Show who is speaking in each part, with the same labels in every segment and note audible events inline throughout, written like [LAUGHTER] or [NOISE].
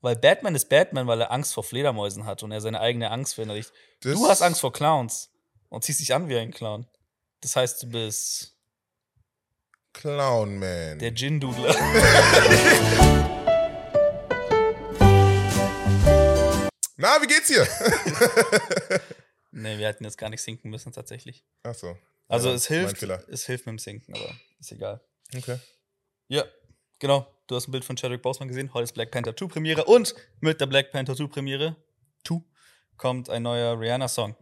Speaker 1: Weil Batman ist Batman, weil er Angst vor Fledermäusen hat und er seine eigene Angst verinnerlicht.
Speaker 2: Das-
Speaker 1: Du hast Angst vor Clowns und ziehst dich an wie ein Clown. Das heißt, du bist
Speaker 2: Clown Man.
Speaker 1: der Gin-Dudler. [LAUGHS]
Speaker 2: Na, wie geht's dir?
Speaker 1: nee, wir hätten jetzt gar nicht sinken müssen, tatsächlich.
Speaker 2: Achso.
Speaker 1: Also,
Speaker 2: Ja,
Speaker 1: es
Speaker 2: mein
Speaker 1: hilft.
Speaker 2: Fehler.
Speaker 1: Es hilft mit dem Sinken, aber ist egal.
Speaker 2: Okay.
Speaker 1: Ja, genau. Du hast ein Bild von Chadwick Boseman gesehen. Heute ist Black Panther 2 Premiere und mit der Black Panther 2 Premiere 2 kommt ein neuer Rihanna-Song.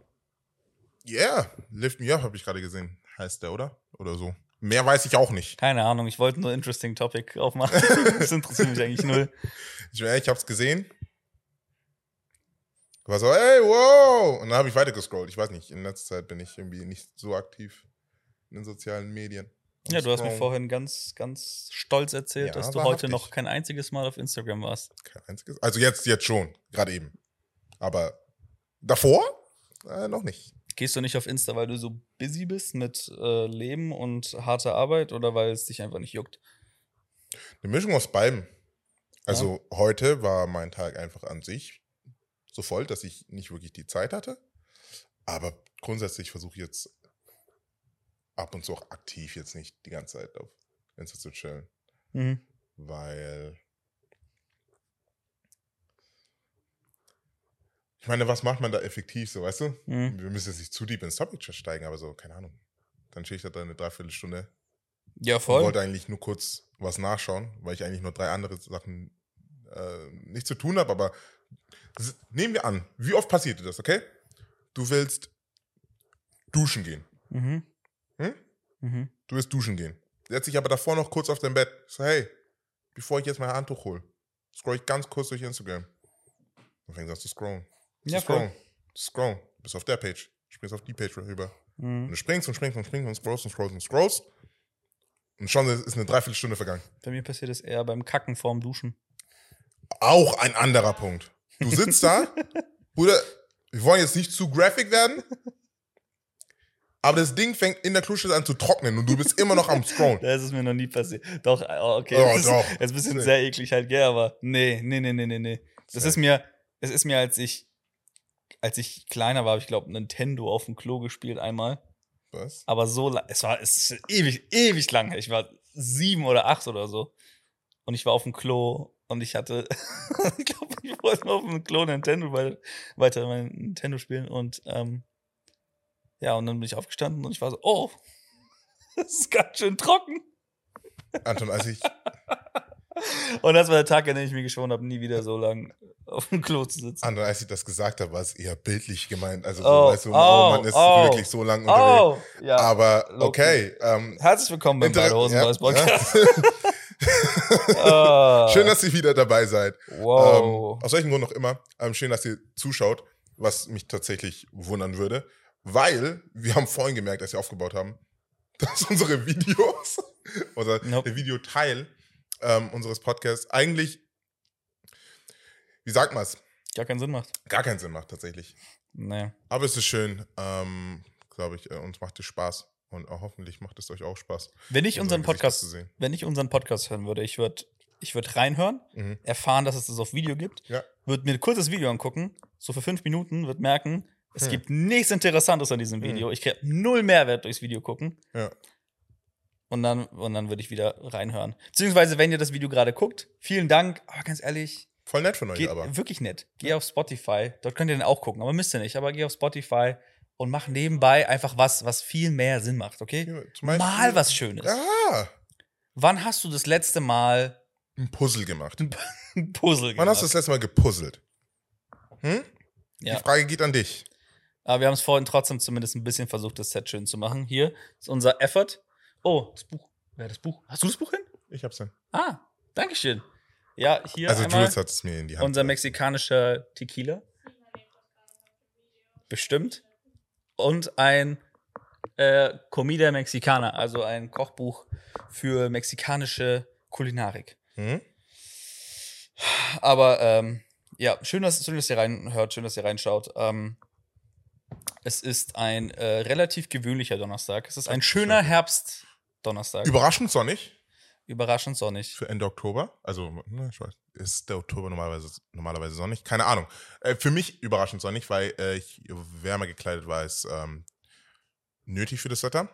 Speaker 2: Yeah, Lift Me Up habe ich gerade gesehen. Heißt der, oder? Oder so. Mehr weiß ich auch nicht.
Speaker 1: Keine Ahnung, ich wollte nur Interesting Topic aufmachen. [LAUGHS] das interessiert mich eigentlich null.
Speaker 2: Ich, bin ehrlich, ich hab's gesehen. War so, ey, wow! Und dann habe ich weitergescrollt. Ich weiß nicht, in letzter Zeit bin ich irgendwie nicht so aktiv in den sozialen Medien.
Speaker 1: Ja, du hast mir
Speaker 2: Scrollen.
Speaker 1: vorhin ganz, ganz stolz erzählt,
Speaker 2: Ja,
Speaker 1: dass du
Speaker 2: wahrhaftig.
Speaker 1: heute noch kein einziges Mal auf Instagram warst.
Speaker 2: Kein einziges. Also jetzt, jetzt schon, gerade eben. Aber davor? Äh, noch nicht.
Speaker 1: Gehst du nicht auf Insta, weil du so busy bist mit äh, Leben und harter Arbeit oder weil es dich einfach nicht juckt?
Speaker 2: Eine Mischung aus beidem. Also heute war mein Tag einfach an sich so voll, dass ich nicht wirklich die Zeit hatte. Aber grundsätzlich versuche ich jetzt ab und zu auch aktiv jetzt nicht die ganze Zeit auf Insta zu chillen,
Speaker 1: Mhm.
Speaker 2: weil ich meine, was macht man da effektiv so, weißt du?
Speaker 1: Mhm.
Speaker 2: Wir müssen jetzt nicht zu deep ins Topic steigen, aber so, keine Ahnung. Dann chill ich da eine Dreiviertelstunde
Speaker 1: Ja,
Speaker 2: ich
Speaker 1: voll.
Speaker 2: wollte eigentlich nur kurz was nachschauen, weil ich eigentlich nur drei andere Sachen äh, nicht zu tun habe, aber s- nehmen wir an, wie oft passiert dir das, okay? Du willst duschen gehen.
Speaker 1: Mhm.
Speaker 2: Hm?
Speaker 1: Mhm.
Speaker 2: Du willst duschen gehen. Setz dich aber davor noch kurz auf dein Bett. So, hey, bevor ich jetzt mein Handtuch hole, scroll ich ganz kurz durch Instagram. Dann fängst du an zu scrollen. Zu
Speaker 1: Ja, voll.
Speaker 2: scrollen. zu Scrollen. Du bist auf der Page. Springst auf die Page rüber. Und
Speaker 1: Mhm.
Speaker 2: du springst und springst und springst und scrollst und scrollst und scrollst. Und schon ist eine Dreiviertelstunde vergangen.
Speaker 1: Bei mir passiert es eher beim Kacken vorm Duschen.
Speaker 2: Auch ein anderer Punkt. Du sitzt
Speaker 1: [LAUGHS]
Speaker 2: da, Bruder, wir wollen jetzt nicht zu graphic werden, aber das Ding fängt in der Kloschüssel an zu trocknen und du bist immer noch am Scrollen.
Speaker 1: Das ist mir noch nie passiert. Doch, äh, okay.
Speaker 2: Oh,
Speaker 1: das ist,
Speaker 2: doch.
Speaker 1: Das ist ein bisschen
Speaker 2: Safe.
Speaker 1: sehr eklig halt, gell, aber nee, nee, nee, nee, nee, nee. [LAUGHS] Das
Speaker 2: Safe.
Speaker 1: ist mir, es ist mir, als ich, als ich kleiner war, hab ich glaube, Nintendo auf dem Klo gespielt einmal.
Speaker 2: Was?
Speaker 1: Aber so lang, es war es ist ewig, ewig lang. her. Ich war sieben oder acht oder so. Und ich war auf dem Klo und ich hatte, [LAUGHS] ich glaube, ich wollte mal auf dem Klo Nintendo weil, weiter mein Nintendo spielen. Und ähm, ja, und dann bin ich aufgestanden und ich war so, oh, [LAUGHS] das ist ganz schön trocken.
Speaker 2: Anton, als ich,
Speaker 1: Und das war der Tag, an dem ich mir geschworen habe, nie wieder so lang auf dem Klo zu sitzen.
Speaker 2: Anton, als ich das gesagt habe, war es eher bildlich gemeint. Also, so,
Speaker 1: Oh,
Speaker 2: weißt du, oh,
Speaker 1: oh,
Speaker 2: man ist
Speaker 1: oh,
Speaker 2: wirklich so lang unterwegs.
Speaker 1: Oh, ja.
Speaker 2: Aber
Speaker 1: low-key.
Speaker 2: okay. Ähm,
Speaker 1: Herzlich willkommen beim
Speaker 2: Inter-
Speaker 1: Badehosen
Speaker 2: Ah. ja,
Speaker 1: Boys [LAUGHS]
Speaker 2: [LAUGHS]
Speaker 1: Podcast. Ah,
Speaker 2: Schön, dass ihr wieder dabei seid.
Speaker 1: wow.
Speaker 2: Ähm, aus welchem Grund auch immer. Ähm, schön, dass ihr zuschaut, was mich tatsächlich wundern würde, weil wir haben vorhin gemerkt, als wir aufgebaut haben, [LAUGHS] dass unsere Videos, [LAUGHS] unser
Speaker 1: Nope.
Speaker 2: der Videoteil ähm, unseres Podcasts eigentlich, wie sagt man es,
Speaker 1: Gar keinen Sinn macht.
Speaker 2: gar keinen Sinn macht tatsächlich.
Speaker 1: Nee.
Speaker 2: Aber es ist schön, ähm, glaube ich, äh, uns macht es Spaß und auch hoffentlich macht es euch auch Spaß,
Speaker 1: Wenn ich unseren
Speaker 2: unsere Gesichter zu
Speaker 1: Podcast,
Speaker 2: sehen.
Speaker 1: wenn ich unseren Podcast hören würde, ich würde ich würd reinhören,
Speaker 2: Mhm.
Speaker 1: erfahren, dass es das auf Video gibt,
Speaker 2: Ja.
Speaker 1: würde mir ein kurzes Video angucken, so für fünf Minuten, würde merken, es
Speaker 2: Hm.
Speaker 1: gibt nichts Interessantes an diesem Video. Ich kriege null Mehrwert durchs Video gucken.
Speaker 2: Ja.
Speaker 1: Und dann, und dann würde ich wieder reinhören. Beziehungsweise, wenn ihr das Video gerade guckt, vielen Dank. Aber ganz ehrlich,
Speaker 2: Voll nett von euch,
Speaker 1: Geht,
Speaker 2: aber
Speaker 1: Wirklich nett. Geh auf Spotify. Dort könnt ihr dann auch gucken, aber müsst ihr nicht. Aber geh auf Spotify und mach nebenbei einfach was, was viel mehr Sinn macht, okay?
Speaker 2: Ja, zum Beispiel-
Speaker 1: Mal was Schönes.
Speaker 2: Ja,
Speaker 1: Wann hast du das letzte Mal [LAUGHS]
Speaker 2: ein Puzzle gemacht.
Speaker 1: ein Puzzle gemacht?
Speaker 2: Wann hast du das letzte Mal gepuzzelt? Hm?
Speaker 1: ja.
Speaker 2: Die Frage geht an dich.
Speaker 1: Aber wir haben es vorhin trotzdem zumindest ein bisschen versucht, das Set schön zu machen. Hier ist unser Effort. Oh, das Buch. Wer hat das Buch? Hast du das Buch hin?
Speaker 2: Ich hab's dann.
Speaker 1: Ah, Dankeschön. Ja, hier
Speaker 2: also
Speaker 1: einmal
Speaker 2: Jules hat es mir in die Hand.
Speaker 1: unser
Speaker 2: gelegt.
Speaker 1: mexikanischer Tequila. Bestimmt. Und ein äh, Comida Mexicana, also ein Kochbuch für mexikanische Kulinarik.
Speaker 2: Hm?
Speaker 1: Aber ähm, ja, schön dass, schön, dass ihr reinhört, schön, dass ihr reinschaut. Ähm, es ist ein äh, relativ gewöhnlich gewöhnlicher Donnerstag. Es ist ein schöner Herbstdonnerstag.
Speaker 2: Überraschend sonnig.
Speaker 1: Überraschend sonnig.
Speaker 2: Für Ende Oktober, also ne, ich weiß, ist der Oktober normalerweise, normalerweise sonnig? Keine Ahnung. Äh, für mich überraschend sonnig, weil äh, ich wärmer gekleidet war als ähm, nötig für das Wetter.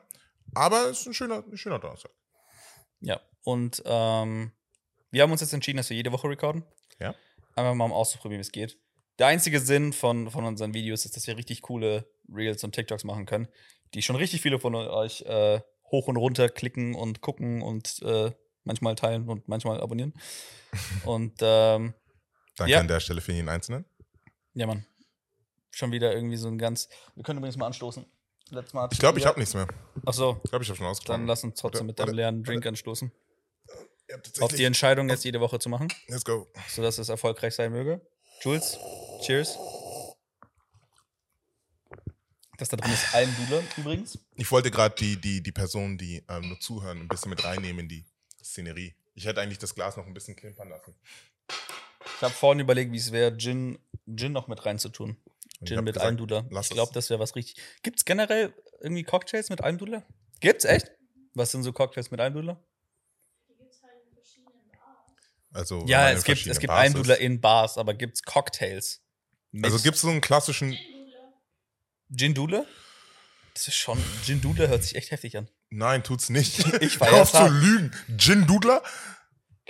Speaker 2: Aber es ist ein schöner, ein schöner Donnerstag.
Speaker 1: Ja. Und ähm, wir haben uns jetzt entschieden, dass wir jede Woche recorden.
Speaker 2: Ja.
Speaker 1: Einfach mal um auszuprobieren, wie es geht. Der einzige Sinn von, von unseren Videos ist, dass wir richtig coole Reels und TikToks machen können, die schon richtig viele von euch äh, hoch und runter klicken und gucken und äh, manchmal teilen und manchmal
Speaker 2: [LAUGHS]
Speaker 1: abonnieren. und ähm,
Speaker 2: Danke
Speaker 1: Ja.
Speaker 2: an der Stelle für jeden Einzelnen.
Speaker 1: ja, Mann. Schon wieder irgendwie so ein ganz. Wir können übrigens mal anstoßen. Letztes Mal.
Speaker 2: Ich glaube, ich habe nichts mehr.
Speaker 1: Achso,
Speaker 2: Ich glaube, ich habe schon
Speaker 1: dann
Speaker 2: ausgetrunken.
Speaker 1: lass uns trotzdem mit einem
Speaker 2: Warte,
Speaker 1: leeren
Speaker 2: warte.
Speaker 1: Drink anstoßen.
Speaker 2: Ja,
Speaker 1: Auf die
Speaker 2: tatsächlich.
Speaker 1: Entscheidung, jetzt jede Woche zu machen,
Speaker 2: Let's go.
Speaker 1: sodass es erfolgreich sein möge. Jules, cheers. Das da drin ist ein Dudler übrigens.
Speaker 2: Ich wollte gerade die, die, die Personen, die ähm, nur zuhören, ein bisschen mit reinnehmen in die Szenerie. Ich hätte eigentlich das Glas noch ein bisschen klimpern lassen.
Speaker 1: Ich habe vorhin überlegt, wie es wäre, Gin, Gin noch mit reinzutun.
Speaker 2: Und ich
Speaker 1: Gin
Speaker 2: hab
Speaker 1: mit
Speaker 2: gesagt,
Speaker 1: Almdudler.
Speaker 2: lass
Speaker 1: Ich glaube,
Speaker 2: es.
Speaker 1: das wäre was richtig. Gibt es generell irgendwie Cocktails mit Almdudler? Gibt's echt? Was sind so Cocktails mit Almdudler?
Speaker 3: Die gibt es halt in verschiedenen Bars.
Speaker 2: Also, wenn
Speaker 1: Ja,
Speaker 2: man in
Speaker 1: es gibt, es
Speaker 2: verschiedenen
Speaker 1: gibt
Speaker 2: Bars
Speaker 1: Almdudler
Speaker 2: ist.
Speaker 1: in Bars, aber gibt es Cocktails? mit
Speaker 2: Also gibt es so einen klassischen.
Speaker 3: Gin-Nudler.
Speaker 1: Gin-Dudler? Das ist schon. Gin-Dudler hört sich echt heftig an.
Speaker 2: Nein, tut's nicht.
Speaker 1: [LAUGHS] Ich
Speaker 2: Hör
Speaker 1: feier's
Speaker 2: auf zu
Speaker 1: ab.
Speaker 2: lügen. Gin Dudler?
Speaker 1: Können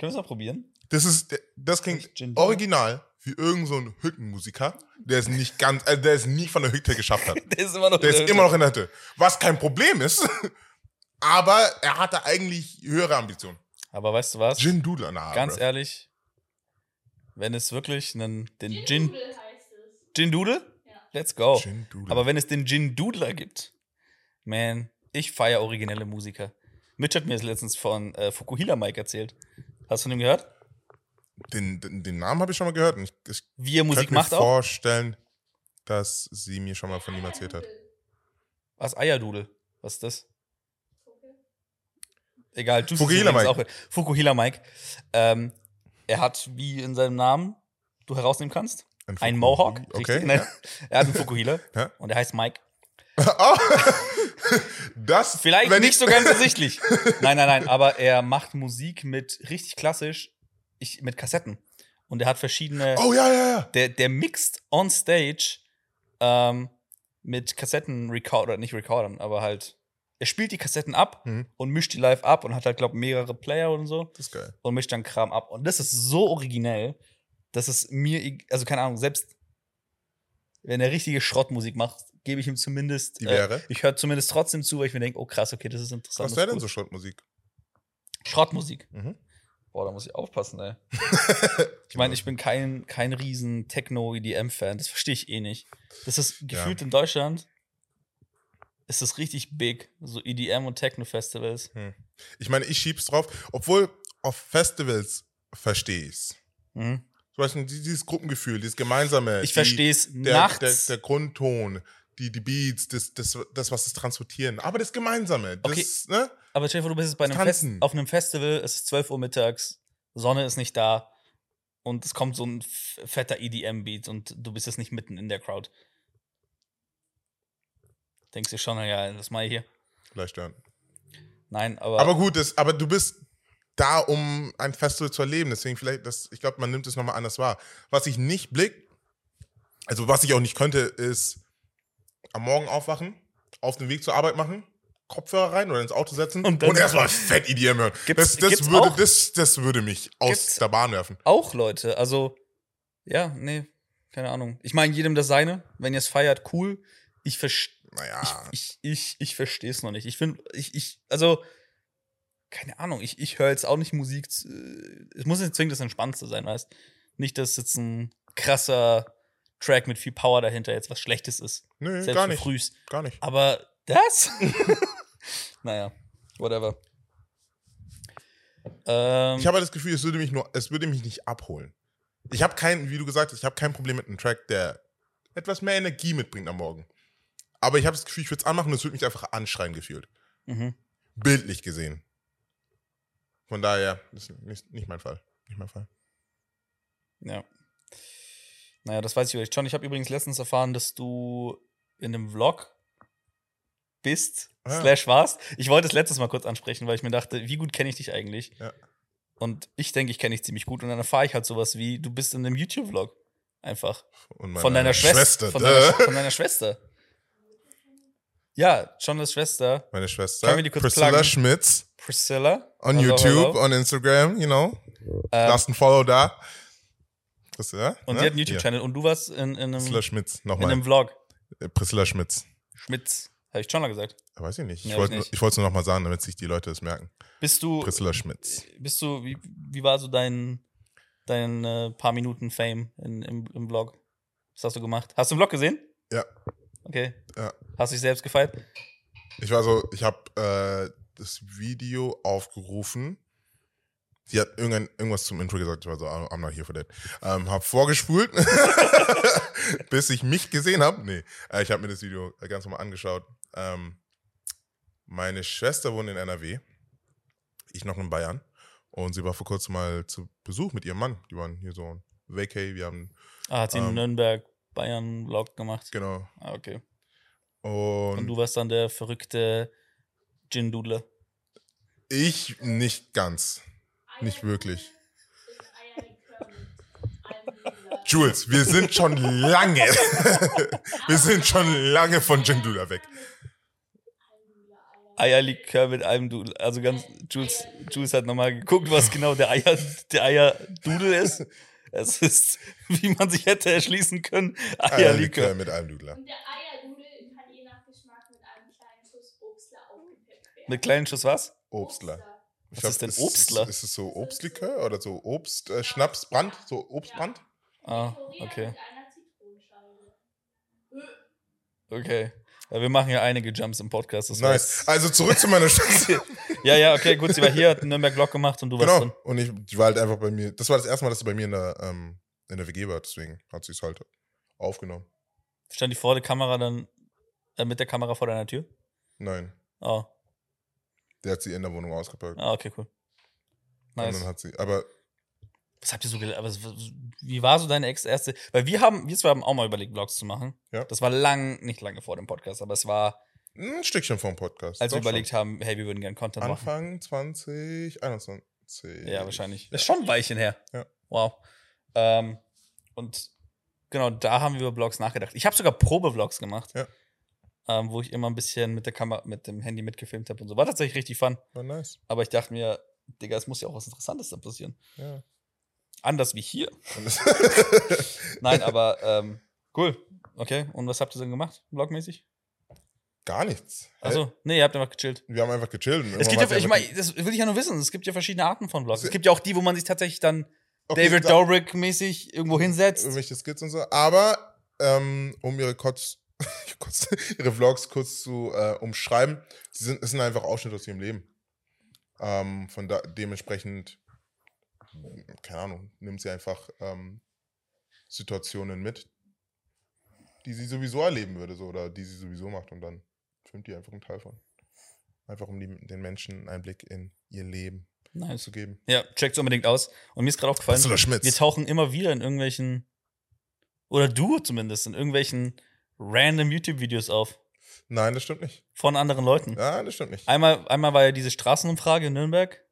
Speaker 1: wir es mal probieren? [LAUGHS]
Speaker 2: Das ist. Das klingt
Speaker 1: Echt Gin Dudler?
Speaker 2: original wie irgend so ein Hüttenmusiker, der es nicht ganz, äh, der es nie von der Hütte geschafft hat.
Speaker 1: Der ist immer noch.
Speaker 2: Der
Speaker 1: in [LAUGHS]
Speaker 2: ist
Speaker 1: Hütte.
Speaker 2: immer noch in der Hütte. Was kein Problem ist, [LAUGHS] aber er hatte eigentlich höhere Ambitionen.
Speaker 1: Aber weißt du was?
Speaker 2: Gin Dudler, na.
Speaker 1: Ganz
Speaker 2: Ah, bruh.
Speaker 1: ehrlich, wenn es wirklich einen, den Gin.
Speaker 3: Gin-Nudel heißt es.
Speaker 1: Gin-Dudel?
Speaker 3: Ja.
Speaker 1: Let's go.
Speaker 2: Gin Dudler.
Speaker 1: Oh, Aber wenn es den Gin Doodler gibt, man, ich feiere originelle Musiker. Mitch hat mir das letztens von äh, Fukuhila Mike erzählt. Hast du von ihm gehört?
Speaker 2: den, den, den Namen habe ich schon mal gehört. Und ich, ich
Speaker 1: Wie er Musik
Speaker 2: könnte mir
Speaker 1: macht auch?
Speaker 2: vorstellen, dass sie mir schon mal von ihm erzählt hat.
Speaker 3: Eiernudel.
Speaker 1: Was Eierdudel? Was ist das? Egal, du
Speaker 2: Fukuhila
Speaker 1: Auch. Fukuhila Mike. Ähm, er hat, wie in seinem Namen du herausnehmen kannst, ein
Speaker 2: Fukuhila-
Speaker 1: Mohawk. richtig?
Speaker 2: Okay.
Speaker 1: Nein, [LAUGHS] er hat einen Fukuhila
Speaker 2: Ja.
Speaker 1: und er heißt Mike.
Speaker 2: [LAUGHS] Oh, das,
Speaker 1: Vielleicht
Speaker 2: wenn
Speaker 1: nicht
Speaker 2: ich-
Speaker 1: so ganz ersichtlich. Nein, nein, nein, aber er macht Musik mit richtig klassisch, ich, mit Kassetten. Und er hat verschiedene.
Speaker 2: Oh ja, ja, ja.
Speaker 1: der, der mixt on stage ähm, mit Kassetten recorder, nicht recordern, aber halt. Er spielt die Kassetten ab
Speaker 2: Mhm.
Speaker 1: und mischt die live ab und hat halt, glaube mehrere Player und so
Speaker 2: Das ist geil.
Speaker 1: und mischt dann Kram ab. Und das ist so originell, dass es mir, eg- also keine Ahnung, selbst wenn er richtige Schrottmusik macht, gebe ich ihm zumindest.
Speaker 2: Die
Speaker 1: äh,
Speaker 2: wäre.
Speaker 1: ich höre zumindest trotzdem zu, weil ich mir denke, oh krass, okay, das ist interessant.
Speaker 2: Was
Speaker 1: das
Speaker 2: wäre
Speaker 1: ist
Speaker 2: denn
Speaker 1: cool.
Speaker 2: so Schrottmusik?
Speaker 1: Schrottmusik.
Speaker 2: Mhm.
Speaker 1: Boah, da muss ich aufpassen, ey. Ich meine, ich bin kein, kein riesen Techno-EDM-Fan. Das verstehe ich eh nicht. Das ist gefühlt in Deutschland ist das richtig big. So EDM und Techno-Festivals.
Speaker 2: Ich meine, ich schieb's drauf, obwohl auf Festivals verstehe ich's.
Speaker 1: Mhm.
Speaker 2: Zum Beispiel die- dieses Gruppengefühl, dieses gemeinsame.
Speaker 1: Ich
Speaker 2: die-
Speaker 1: verstehe es
Speaker 2: der,
Speaker 1: nachts.
Speaker 2: der, der Grundton, die, die Beats, das, das, das, was es transportieren. Aber das Gemeinsame, das,
Speaker 1: Okay.
Speaker 2: ne?
Speaker 1: Aber stell dir vor, du bist jetzt bei einem Fest,
Speaker 2: Tanzen.
Speaker 1: auf einem Festival, es ist 12 Uhr mittags, Sonne ist nicht da und es kommt so ein f- fetter EDM-Beat und du bist jetzt nicht mitten in der Crowd. Denkst du schon, ja, das mache ich hier.
Speaker 2: Vielleicht dann.
Speaker 1: Nein, aber,
Speaker 2: Aber gut, das, aber du bist da, um ein Festival zu erleben. Deswegen vielleicht, das, ich glaube, man nimmt es nochmal anders wahr. Was ich nicht blick, also was ich auch nicht könnte, ist am Morgen aufwachen, auf den Weg zur Arbeit machen, Kopfhörer rein oder ins Auto setzen
Speaker 1: Und
Speaker 2: und,
Speaker 1: dann-
Speaker 2: erstmal fett EDM hören.
Speaker 1: Gibt's-
Speaker 2: das, das,
Speaker 1: gibt's
Speaker 2: würde,
Speaker 1: auch-
Speaker 2: das, das würde mich aus
Speaker 1: Gibt's-
Speaker 2: der Bahn werfen.
Speaker 1: auch Leute, also ja, nee, keine Ahnung. Ich meine, jedem das seine. Wenn ihr es feiert, cool. Ich verstehe
Speaker 2: Naja,
Speaker 1: ich, ich, ich verstehe es noch nicht. Ich finde, ich, ich, also, keine Ahnung, ich, ich höre jetzt auch nicht Musik. zu- äh, Es muss nicht zwingend das Entspannendste sein, weißt Nicht, dass jetzt ein krasser Track mit viel Power dahinter jetzt was Schlechtes ist.
Speaker 2: nö,
Speaker 1: Selbst
Speaker 2: gar
Speaker 1: für
Speaker 2: nicht,
Speaker 1: Frühs.
Speaker 2: gar nicht.
Speaker 1: Aber das? [LAUGHS] naja, whatever. Ähm,
Speaker 2: Ich habe das Gefühl, es würde mich nur, es würde mich nicht abholen. Ich habe kein, wie du gesagt hast, ich habe kein Problem mit einem Track, der etwas mehr Energie mitbringt am Morgen. Aber ich habe das Gefühl, ich würde es anmachen und es würde mich einfach anschreien gefühlt.
Speaker 1: mhm.
Speaker 2: Bildlich gesehen. Von daher, das ist nicht, nicht mein Fall. Nicht mein Fall.
Speaker 1: Ja. Naja, das weiß ich vielleicht schon. Ich habe übrigens letztens erfahren, dass du in einem Vlog bist,
Speaker 2: Ah.
Speaker 1: slash warst. Ich wollte es letztes Mal kurz ansprechen, weil ich mir dachte, wie gut kenne ich dich eigentlich?
Speaker 2: Ja.
Speaker 1: Und ich denke, ich kenne dich ziemlich gut. Und dann erfahre ich halt sowas wie, du bist in einem YouTube-Vlog. Einfach.
Speaker 2: Und
Speaker 1: Von deiner Schwester. Von deiner,
Speaker 2: duh.
Speaker 1: von deiner Schwester. Ja, Jonas Schwester,
Speaker 2: meine Schwester.
Speaker 1: Können wir die kurz
Speaker 2: Priscilla
Speaker 1: pluggen?
Speaker 2: Schmitz
Speaker 1: Priscilla.
Speaker 2: on
Speaker 1: Hallo,
Speaker 2: YouTube,
Speaker 1: hallo.
Speaker 2: on Instagram, you know.
Speaker 1: Ähm,
Speaker 2: Lasst ein Follow da. Priscilla?
Speaker 1: und
Speaker 2: ne?
Speaker 1: sie hat einen
Speaker 2: Hier,
Speaker 1: YouTube-Channel. Und du warst in, in, einem,
Speaker 2: Priscilla
Speaker 1: in
Speaker 2: Schmitz,
Speaker 1: einem
Speaker 2: nochmal.
Speaker 1: Vlog.
Speaker 2: Äh, Priscilla Schmitz.
Speaker 1: Schmitz. Habe ich schon mal gesagt.
Speaker 2: Weiß ich nicht.
Speaker 1: Nee,
Speaker 2: Ich
Speaker 1: hab
Speaker 2: wollte
Speaker 1: ich
Speaker 2: nur-
Speaker 1: nicht.
Speaker 2: ich wollte es nur nochmal sagen, damit sich die Leute das merken.
Speaker 1: Bist du,
Speaker 2: Priscilla Schmitz.
Speaker 1: bist du, wie, wie war so dein, dein äh, paar Minuten Fame in, im, im Vlog? Was hast du gemacht? Hast du den Vlog gesehen?
Speaker 2: Ja.
Speaker 1: Okay.
Speaker 2: Ja.
Speaker 1: Hast du dich selbst gefeiert?
Speaker 2: Ich war so, ich habe äh, das Video aufgerufen. Sie hat irgendein, irgendwas zum Intro gesagt. Ich war so, I'm I'm not here for that. Ähm, hab vorgespult, [LAUGHS] bis ich mich gesehen habe. Nee, äh, ich habe mir das Video ganz normal angeschaut. Ähm, meine Schwester wohnt in NRW, ich noch in Bayern. Und sie war vor kurzem mal zu Besuch mit ihrem Mann. Die waren hier so ein Vacay. Wir haben,
Speaker 1: Ah, hat sie
Speaker 2: Ähm.
Speaker 1: einen Nürnberg-Bayern-Vlog gemacht?
Speaker 2: genau.
Speaker 1: Ah, okay.
Speaker 2: Und,
Speaker 1: Und du warst dann der verrückte Gin-Dudler.
Speaker 2: ich nicht ganz. Nicht wirklich. Jules, wir sind schon
Speaker 1: [LAUGHS]
Speaker 2: lange. wir sind schon lange von Jindula weg.
Speaker 1: Eierlikör mit Almdudel. Also ganz, Jules, Jules hat nochmal geguckt, was genau der Eier, der Eierdudel
Speaker 2: [LAUGHS]
Speaker 1: ist. Es ist, wie man sich hätte erschließen können, Eierlikör.
Speaker 2: mit einem Dudler.
Speaker 3: Und der Eierdudel kann je nach Geschmack mit einem kleinen Schuss Obstler aufgepeppt werden.
Speaker 1: Mit kleinen Schuss was?
Speaker 2: Obstler.
Speaker 1: Was ist denn
Speaker 2: ist,
Speaker 1: Obstler?
Speaker 2: Ist, ist es so Obstlikör oder so Obst, äh, Schnaps, Brand? So Obstbrand?
Speaker 1: Ah,
Speaker 3: Viktorina
Speaker 1: okay.
Speaker 3: Mit einer Zitronenscheibe.
Speaker 1: Okay. Ja, wir machen ja einige Jumps im Podcast. Das
Speaker 2: nice.
Speaker 1: war's.
Speaker 2: Also zurück
Speaker 1: [LAUGHS]
Speaker 2: zu meiner Schwester.
Speaker 1: Ja, ja, okay, gut. Sie war hier, hat einen Nürnberg-Vlog gemacht und du warst
Speaker 2: genau.
Speaker 1: drin.
Speaker 2: Und ich, die war halt einfach bei mir. Das war das erste Mal, dass sie bei mir in der, ähm, in der WG war. Deswegen hat sie es halt aufgenommen.
Speaker 1: Stand die vor der Kamera dann, äh, mit der Kamera vor deiner Tür?
Speaker 2: Nein.
Speaker 1: Oh,
Speaker 2: Der hat sie in der Wohnung ausgepackt.
Speaker 1: ah, okay, cool.
Speaker 2: Und
Speaker 1: Nice.
Speaker 2: dann hat sie, aber
Speaker 1: Was habt ihr so gel- aber was- was- Wie war so deine Ex erste? Weil wir haben, wir zwei haben auch mal überlegt, Vlogs zu machen.
Speaker 2: Ja.
Speaker 1: Das war lang, nicht lange vor dem Podcast, aber es war,
Speaker 2: ein Stückchen vom Podcast.
Speaker 1: als wir Also
Speaker 2: Doch schon.
Speaker 1: überlegt haben, hey, wir würden gerne Content machen.
Speaker 2: Anfang 2021.
Speaker 1: Ja, wahrscheinlich. Das Äh, ist schon ein Weilchen her.
Speaker 2: Ja.
Speaker 1: Wow. Ähm, und genau, da haben wir über Vlogs nachgedacht. Ich habe sogar Probe-Vlogs gemacht.
Speaker 2: Ja.
Speaker 1: Ähm, wo ich immer ein bisschen mit der Kamera, mit dem Handy mitgefilmt habe und so. War tatsächlich richtig fun.
Speaker 2: War nice.
Speaker 1: Aber ich dachte mir, Digga, es muss ja auch was Interessantes da passieren.
Speaker 2: Ja.
Speaker 1: Anders wie hier.
Speaker 2: Und das-
Speaker 1: Nein,
Speaker 2: [LAUGHS]
Speaker 1: aber ähm, cool. Okay, und was habt ihr denn gemacht, vlogmäßig?
Speaker 2: [LAUGHS] Gar nichts. Hä?
Speaker 1: Achso, nee, ihr habt einfach gechillt.
Speaker 2: Wir haben einfach gechillt. und
Speaker 1: Es gibt ja,
Speaker 2: irgendwann hat
Speaker 1: ich
Speaker 2: einfach
Speaker 1: meine, das will ich ja nur wissen, es gibt ja verschiedene Arten von Vlogs. Es
Speaker 2: Se-
Speaker 1: gibt ja auch die, wo man sich tatsächlich dann
Speaker 2: die- okay,
Speaker 1: David
Speaker 2: da-
Speaker 1: Dobrik-mäßig irgendwo hinsetzt.
Speaker 2: Irgendwelche Skits und so. Aber ähm, um ihre [LAUGHS] Kotz, Kotz- ihre Vlogs kurz zu äh, umschreiben, sie sind, es sind einfach Ausschnitte aus ihrem Leben. Ähm, von da, dementsprechend, keine Ahnung, nimmt sie einfach ähm, Situationen mit, die sie sowieso erleben würde, so, oder die sie sowieso macht und dann filmt die einfach einen Teil von. Einfach um die, den Menschen einen Einblick in ihr Leben
Speaker 1: Nein,
Speaker 2: zu geben.
Speaker 1: Ja, checkt's unbedingt aus. Und mir ist gerade aufgefallen,
Speaker 2: Ursula Schmitz.
Speaker 1: wir tauchen immer wieder in irgendwelchen, oder du zumindest, in irgendwelchen random YouTube-Videos auf
Speaker 2: Nein, das stimmt nicht.
Speaker 1: von anderen Leuten.
Speaker 2: Nein, das stimmt nicht.
Speaker 1: Einmal, einmal war ja diese Straßenumfrage in Nürnberg,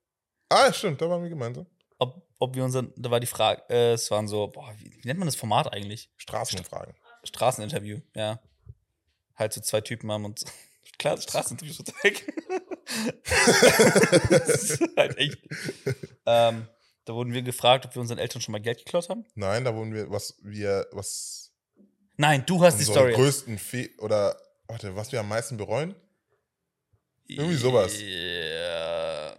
Speaker 2: Ah, stimmt, da waren wir gemeinsam.
Speaker 1: ob, ob wir unseren, da war die Frage, äh, es waren so, boah, wie, wie nennt man das Format eigentlich?
Speaker 2: Straßenumfragen.
Speaker 1: Straßeninterview, ja. Halt so zwei Typen haben und [LAUGHS] klar, das Straßeninterview ist so weg. [LAUGHS] das ist halt echt. Ähm, da wurden wir gefragt, ob wir unseren Eltern schon mal Geld geklaut haben.
Speaker 2: Nein, da wurden wir, was wir, was
Speaker 1: Nein, du hast die
Speaker 2: unsere
Speaker 1: Story.
Speaker 2: größten Fe oder warte, was wir am meisten bereuen? irgendwie sowas.
Speaker 1: Ja.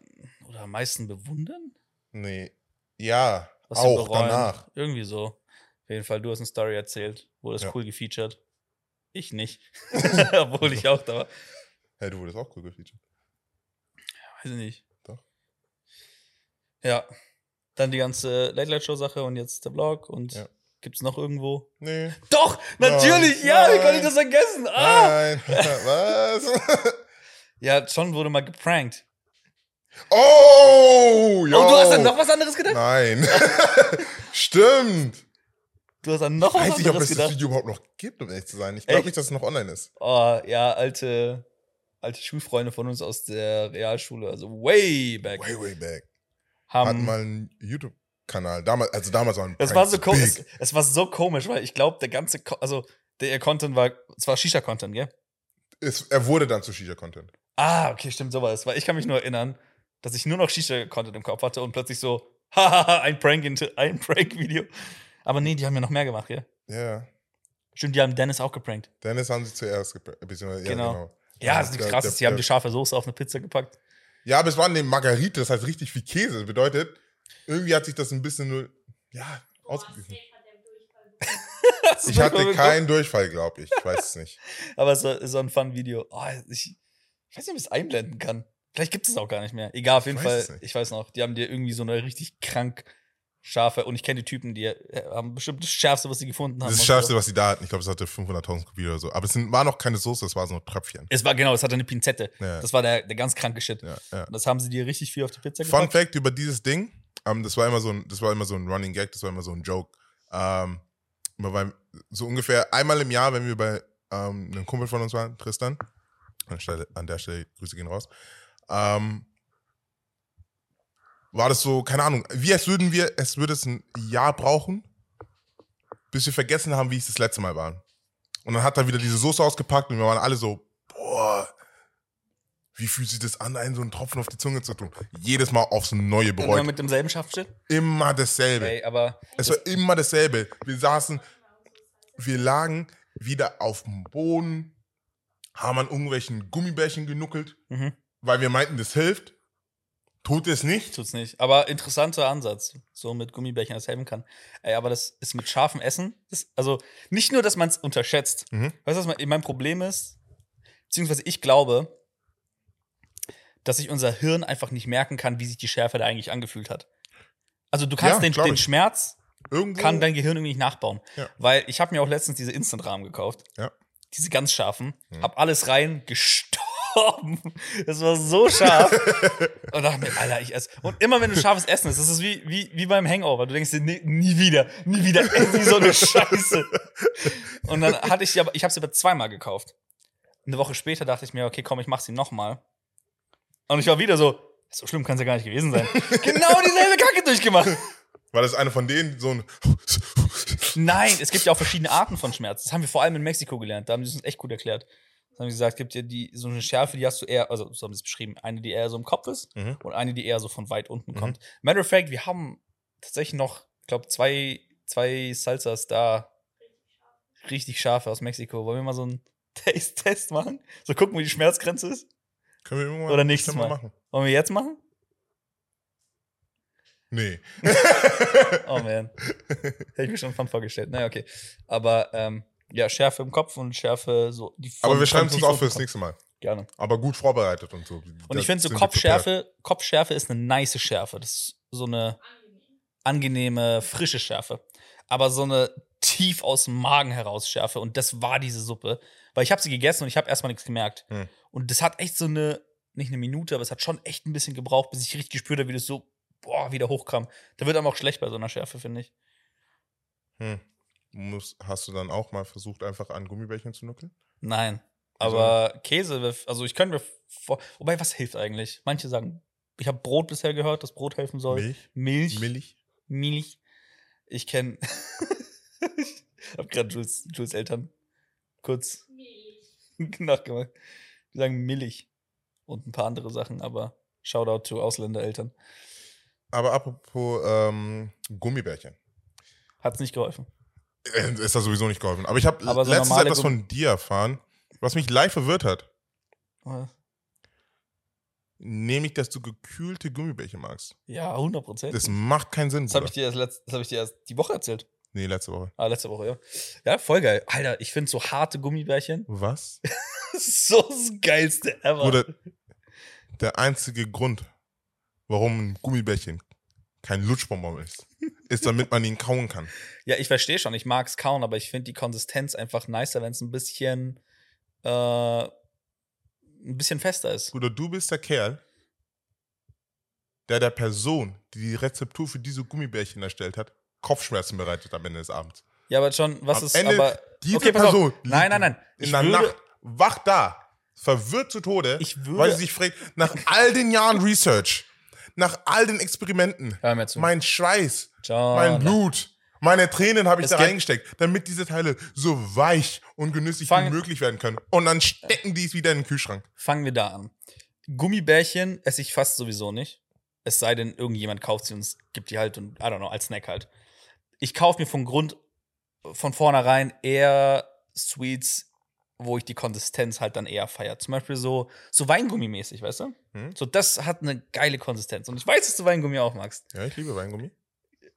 Speaker 1: Oder am meisten bewundern?
Speaker 2: Nee. Ja,
Speaker 1: Was wir
Speaker 2: auch
Speaker 1: bereuen.
Speaker 2: danach.
Speaker 1: Irgendwie so. Auf jeden Fall, du hast eine Story erzählt, wurde das
Speaker 2: Ja.
Speaker 1: cool gefeatured. Ich nicht. [LAUGHS]
Speaker 2: [LAUGHS]
Speaker 1: Obwohl ich auch da war.
Speaker 2: Hey, du wurdest auch cool gefeatured.
Speaker 1: Weiß ich nicht.
Speaker 2: Doch.
Speaker 1: Ja. Dann die ganze Late Night Show Sache und jetzt der Vlog und
Speaker 2: Ja.
Speaker 1: gibt's noch irgendwo?
Speaker 2: Nee.
Speaker 1: Doch,
Speaker 2: Nein.
Speaker 1: natürlich, ja, wie kann ich
Speaker 2: Nein.
Speaker 1: das vergessen? Ah!
Speaker 2: Nein. [LAUGHS] was?
Speaker 1: Ja, John wurde mal geprankt.
Speaker 2: oh! Yo.
Speaker 1: Oh, du hast dann noch was anderes gedacht?
Speaker 2: Nein. [LAUGHS] stimmt.
Speaker 1: Du hast dann noch was
Speaker 2: Weiß nicht, ob
Speaker 1: anderes
Speaker 2: es das
Speaker 1: gedacht.
Speaker 2: Video überhaupt noch gibt, um ehrlich zu sein. Ich
Speaker 1: Echt?
Speaker 2: glaube nicht, dass es noch online ist.
Speaker 1: Oh, ja, Oh, alte alte Schulfreunde von uns aus der Realschule, also way back,
Speaker 2: Way, way back. Hatten
Speaker 1: haben.
Speaker 2: mal einen YouTube-Kanal. Damals, also damals waren
Speaker 1: das war so komisch. um, Es, es war so komisch, weil ich glaube, der ganze, Ko also der ihr Content war, es war Shisha-Content, gell?
Speaker 2: Es, er wurde dann zu Shisha-Content.
Speaker 1: Ah, okay, stimmt, so war das. Weil ich kann mich nur erinnern, dass ich nur noch Shisha-Content im Kopf hatte und plötzlich so, [LAUGHS] hahaha, ein Prank, in- ein Prank-Video. Aber nee, die haben ja noch mehr gemacht, gell?
Speaker 2: Ja.
Speaker 1: Stimmt, die haben Dennis auch geprankt.
Speaker 2: Dennis haben sie zuerst gepr- beziehungsweise, ja,
Speaker 1: Genau.
Speaker 2: genau.
Speaker 1: Ja,
Speaker 2: Ja,
Speaker 1: das ist
Speaker 2: der-
Speaker 1: nichts krasses.
Speaker 2: der-
Speaker 1: Die haben
Speaker 2: der-
Speaker 1: die scharfe Soße auf eine Pizza gepackt. [LAUGHS]
Speaker 2: Ja, aber es waren eben Margarite, das heißt richtig viel Käse. Das bedeutet, irgendwie hat sich das ein bisschen nur. Ja, ausgeglichen. Ich hatte keinen Durchfall, glaube ich. Ich weiß es
Speaker 1: [LAUGHS]
Speaker 2: nicht.
Speaker 1: Aber es war, es war ein fun Video. Oh, ich, ich weiß nicht, ob ich es einblenden kann. Vielleicht gibt es es auch gar nicht mehr. Egal, auf jeden
Speaker 2: weiß es
Speaker 1: Fall.
Speaker 2: nicht.
Speaker 1: Ich weiß noch. Die haben dir irgendwie so eine richtig krank scharfe. Und ich kenne die Typen, die äh, haben bestimmt das Schärfste, was sie gefunden haben.
Speaker 2: Das
Speaker 1: und
Speaker 2: Schärfste,
Speaker 1: so.
Speaker 2: was sie da hatten, ich glaube, es hatte 500.000 Kopien oder so. Aber es sind- war noch keine Soße, es war so ein Tröpfchen.
Speaker 1: Es war genau, es hatte eine Pinzette.
Speaker 2: Ja,
Speaker 1: Das war der, der ganz kranke Shit.
Speaker 2: ja, ja.
Speaker 1: Und das haben sie dir richtig viel auf die Pizza
Speaker 2: Fun
Speaker 1: gepackt.
Speaker 2: Fact über dieses Ding: ähm, das, war immer so ein, das war immer so ein Running Gag, das war immer so ein Joke. Ähm, immer beim, so ungefähr einmal im Jahr, wenn wir bei ähm, einem Kumpel von uns waren, Tristan, an, Stelle, an der Stelle Grüße gehen raus, ähm, war das so, keine Ahnung, wie es würden wir, es würde es ein Jahr brauchen, bis wir vergessen haben, wie es das letzte Mal waren. Und dann hat er wieder diese Soße ausgepackt und wir waren alle so, boah, wie fühlt sich das an, einen so einen Tropfen auf die Zunge zu tun? Jedes Mal aufs Neue
Speaker 1: Und immer
Speaker 2: bereut.
Speaker 1: mit demselben scharfen Shit.
Speaker 2: Immer dasselbe.
Speaker 1: Ey, aber
Speaker 2: Es war immer dasselbe. Wir saßen,
Speaker 3: Genau,
Speaker 2: wir lagen wieder auf dem Boden, haben an irgendwelchen Gummibärchen genuckelt,
Speaker 1: mhm,
Speaker 2: weil wir meinten, das hilft. Tut es nicht.
Speaker 1: tut's nicht. Aber interessanter Ansatz, so mit Gummibärchen das helfen kann. Ey, aber das ist mit scharfem Essen. Ist, also nicht nur, dass man es unterschätzt.
Speaker 2: Mhm.
Speaker 1: Weißt du, was mein, mein Problem ist? Beziehungsweise ich glaube, dass sich unser Hirn einfach nicht merken kann, wie sich die Schärfe da eigentlich angefühlt hat. Also du kannst
Speaker 2: Ja,
Speaker 1: den,
Speaker 2: glaub
Speaker 1: den
Speaker 2: ich.
Speaker 1: Schmerz
Speaker 2: Irgendwo.
Speaker 1: kann dein Gehirn irgendwie nicht nachbauen.
Speaker 2: Ja.
Speaker 1: Weil ich habe mir auch letztens diese Instant-Rahmen gekauft.
Speaker 2: Ja.
Speaker 1: Diese ganz scharfen.
Speaker 2: Mhm.
Speaker 1: Hab alles rein, gestorben. [LAUGHS] Das war so
Speaker 2: [LAUGHS]
Speaker 1: scharf. und dachte mir, Alter, ich esse. Und immer wenn du scharfes Essen isst, das ist wie, wie, wie beim Hangover. Du denkst dir, nee, nie wieder, nie wieder, esse ich so
Speaker 2: [LAUGHS]
Speaker 1: eine Scheiße. und dann hatte ich sie aber, ich habe sie aber zweimal gekauft. Eine Woche später dachte ich mir, okay, komm, ich mach sie nochmal. Und ich war wieder so, so schlimm kann es ja gar nicht gewesen
Speaker 2: [LAUGHS]
Speaker 1: sein. genau dieselbe Kacke durchgemacht.
Speaker 2: war das eine von denen, so ein. [LAUGHS]
Speaker 1: Nein, es gibt ja auch verschiedene Arten von Schmerz. Das haben wir vor allem in Mexiko gelernt. Da haben sie es uns echt gut erklärt. Da haben sie gesagt, es gibt ja die, so eine Schärfe, die hast du eher, also so haben sie es beschrieben, eine, die eher so im Kopf ist
Speaker 2: Mhm.
Speaker 1: und eine, die eher so von weit unten
Speaker 2: Mhm.
Speaker 1: kommt. Matter of fact, wir haben tatsächlich noch, ich glaube, zwei, zwei Salsas da, richtig scharfe aus Mexiko. Wollen wir mal so einen [LAUGHS] Taste-Test machen? So gucken, wie die Schmerzgrenze ist?
Speaker 2: Können wir irgendwann
Speaker 1: Oder nächstes
Speaker 2: bestimmt
Speaker 1: Mal.
Speaker 2: machen?
Speaker 1: Wollen wir jetzt machen?
Speaker 2: Nee.
Speaker 1: Oh
Speaker 2: [LAUGHS]
Speaker 1: man. Hätte ich mir schon von vorgestellt. Naja, okay. Aber ähm, ja, Schärfe im Kopf und Schärfe so. Die
Speaker 2: Aber
Speaker 1: von-
Speaker 2: wir
Speaker 1: von
Speaker 2: schreiben es uns
Speaker 1: tief
Speaker 2: auch
Speaker 1: unten
Speaker 2: fürs
Speaker 1: kommt.
Speaker 2: nächste Mal.
Speaker 1: Gerne.
Speaker 2: Aber gut vorbereitet und so.
Speaker 1: Und ich finde so Kopfschärfe, Kopfschärfe ist eine nice Schärfe. Das ist so eine angenehme, frische Schärfe. Aber so eine tief aus dem Magen heraus Schärfe. Und das war diese Suppe. Weil ich habe sie gegessen und ich habe erstmal nichts gemerkt.
Speaker 2: Hm.
Speaker 1: Und das hat echt so eine, nicht eine Minute, aber es hat schon echt ein bisschen gebraucht, bis ich richtig gespürt habe, wie das so boah, wieder hochkam. Da wird einem auch schlecht bei so einer Schärfe, finde ich.
Speaker 2: Hm. Muss, hast du dann auch mal versucht, einfach an Gummibärchen zu nuckeln?
Speaker 1: Nein.
Speaker 2: Wieso
Speaker 1: Aber Käse, wär- also ich könnte mir vor. Wobei, was hilft eigentlich? Manche sagen, ich habe Brot bisher gehört, dass Brot helfen soll.
Speaker 2: Milch?
Speaker 1: Milch.
Speaker 2: Milch?
Speaker 1: Milch. Ich kenne. [LAUGHS] ich habe gerade Jules, Jules Eltern kurz [LAUGHS] nachgemacht. Die sagen Milch und ein paar andere Sachen, aber Shoutout to Ausländereltern.
Speaker 2: Aber apropos ähm, Gummibärchen.
Speaker 1: Hat's nicht geholfen.
Speaker 2: Äh, Ist da sowieso nicht geholfen. Aber ich habe
Speaker 1: Aber so
Speaker 2: letztens
Speaker 1: normale
Speaker 2: etwas von dir erfahren, was mich live verwirrt hat.
Speaker 1: Aber-
Speaker 2: Nämlich, dass du gekühlte Gummibärchen magst.
Speaker 1: Ja, 100 Prozent. Äh, Das,
Speaker 2: Das macht keinen Sinn,
Speaker 1: habe
Speaker 2: Bruder.
Speaker 1: ich, dir erst letzt- das hab ich dir erst die Woche erzählt.
Speaker 2: Nee, letzte Woche.
Speaker 1: Ah, letzte Woche, ja. Ja, voll geil. Alter, ich finde so harte Gummibärchen [LAUGHS]
Speaker 2: Was?
Speaker 1: Das ist so das Geilste ever.
Speaker 2: Bruder,
Speaker 1: [LAUGHS]
Speaker 2: der einzige Grund, warum ein Gummibärchen kein Lutschbonbon ist, ist, damit man ihn kauen kann.
Speaker 1: Ja, ich verstehe schon, ich mag's kauen, aber ich finde die Konsistenz einfach nicer, wenn es ein bisschen äh, ein bisschen fester ist.
Speaker 2: Bruder, du bist der Kerl, der der Person, die die Rezeptur für diese Gummibärchen erstellt hat, Kopfschmerzen bereitet am Ende des Abends.
Speaker 1: Ja, aber schon, was
Speaker 2: Am
Speaker 1: ist
Speaker 2: Ende
Speaker 1: aber
Speaker 2: diese
Speaker 1: okay, pass
Speaker 2: Person
Speaker 1: auf. Nein,
Speaker 2: liegt
Speaker 1: nein, nein.
Speaker 2: In
Speaker 1: Ich
Speaker 2: der
Speaker 1: würde,
Speaker 2: Nacht wach da, verwirrt zu Tode,
Speaker 1: Ich würde-
Speaker 2: weil sie sich fragt, nach all den Jahren Research, nach all den Experimenten,
Speaker 1: Hör mir zu.
Speaker 2: mein Schweiß,
Speaker 1: John.
Speaker 2: mein Blut, meine Tränen habe
Speaker 1: Ah, ne.
Speaker 2: ich
Speaker 1: Es
Speaker 2: da
Speaker 1: gibt-
Speaker 2: reingesteckt, damit diese Teile so weich und genüsslich wie
Speaker 1: Fang-
Speaker 2: möglich werden können. Und dann stecken die es wieder in den Kühlschrank.
Speaker 1: Fangen wir da an. Gummibärchen esse ich fast sowieso nicht. Es sei denn, irgendjemand kauft sie und es gibt die halt und I don't know, als Snack halt. Ich kaufe mir von Grund von vornherein eher Sweets, wo ich die Konsistenz halt dann eher feiere. Zum Beispiel so, so Weingummimäßig, weißt du?
Speaker 2: Hm?
Speaker 1: So, das hat eine geile Konsistenz. Und ich weiß, dass du Weingummi auch magst.
Speaker 2: Ja, ich liebe Weingummi.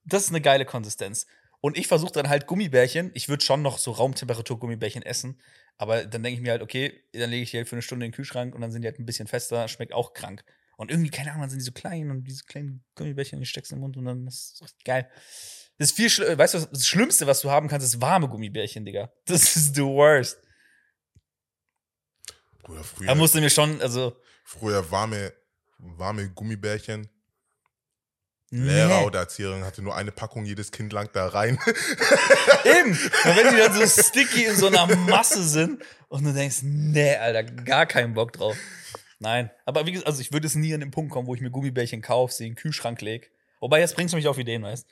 Speaker 1: Das ist eine geile Konsistenz. Und ich versuche dann halt Gummibärchen. Ich würde schon noch so Raumtemperatur-Gummibärchen essen. Aber dann denke ich mir halt, okay, dann lege ich die halt für eine Stunde in den Kühlschrank und dann sind die halt ein bisschen fester, schmeckt auch krank. Und irgendwie, keine Ahnung, dann sind die so klein und diese kleinen Gummibärchen, die steckst du im Mund und dann ist es geil. Das ist viel schli- weißt du, was- das Schlimmste, was du haben kannst, ist warme Gummibärchen, Digga. Das ist the worst.
Speaker 2: Bruder, früher,
Speaker 1: Da musste mir schon, also.
Speaker 2: früher warme, warme Gummibärchen.
Speaker 1: nee.
Speaker 2: Lehrer oder Erzieherin hatte nur eine Packung, jedes Kind langt da rein. [LAUGHS]
Speaker 1: Eben. Und wenn die dann so sticky in so einer Masse sind und du denkst, nee, Alter, gar keinen Bock drauf. Nein. Aber wie gesagt, also ich würde es nie an den Punkt kommen, wo ich mir Gummibärchen kaufe, sie in den Kühlschrank lege. Wobei, jetzt bringst du mich auf Ideen, weißt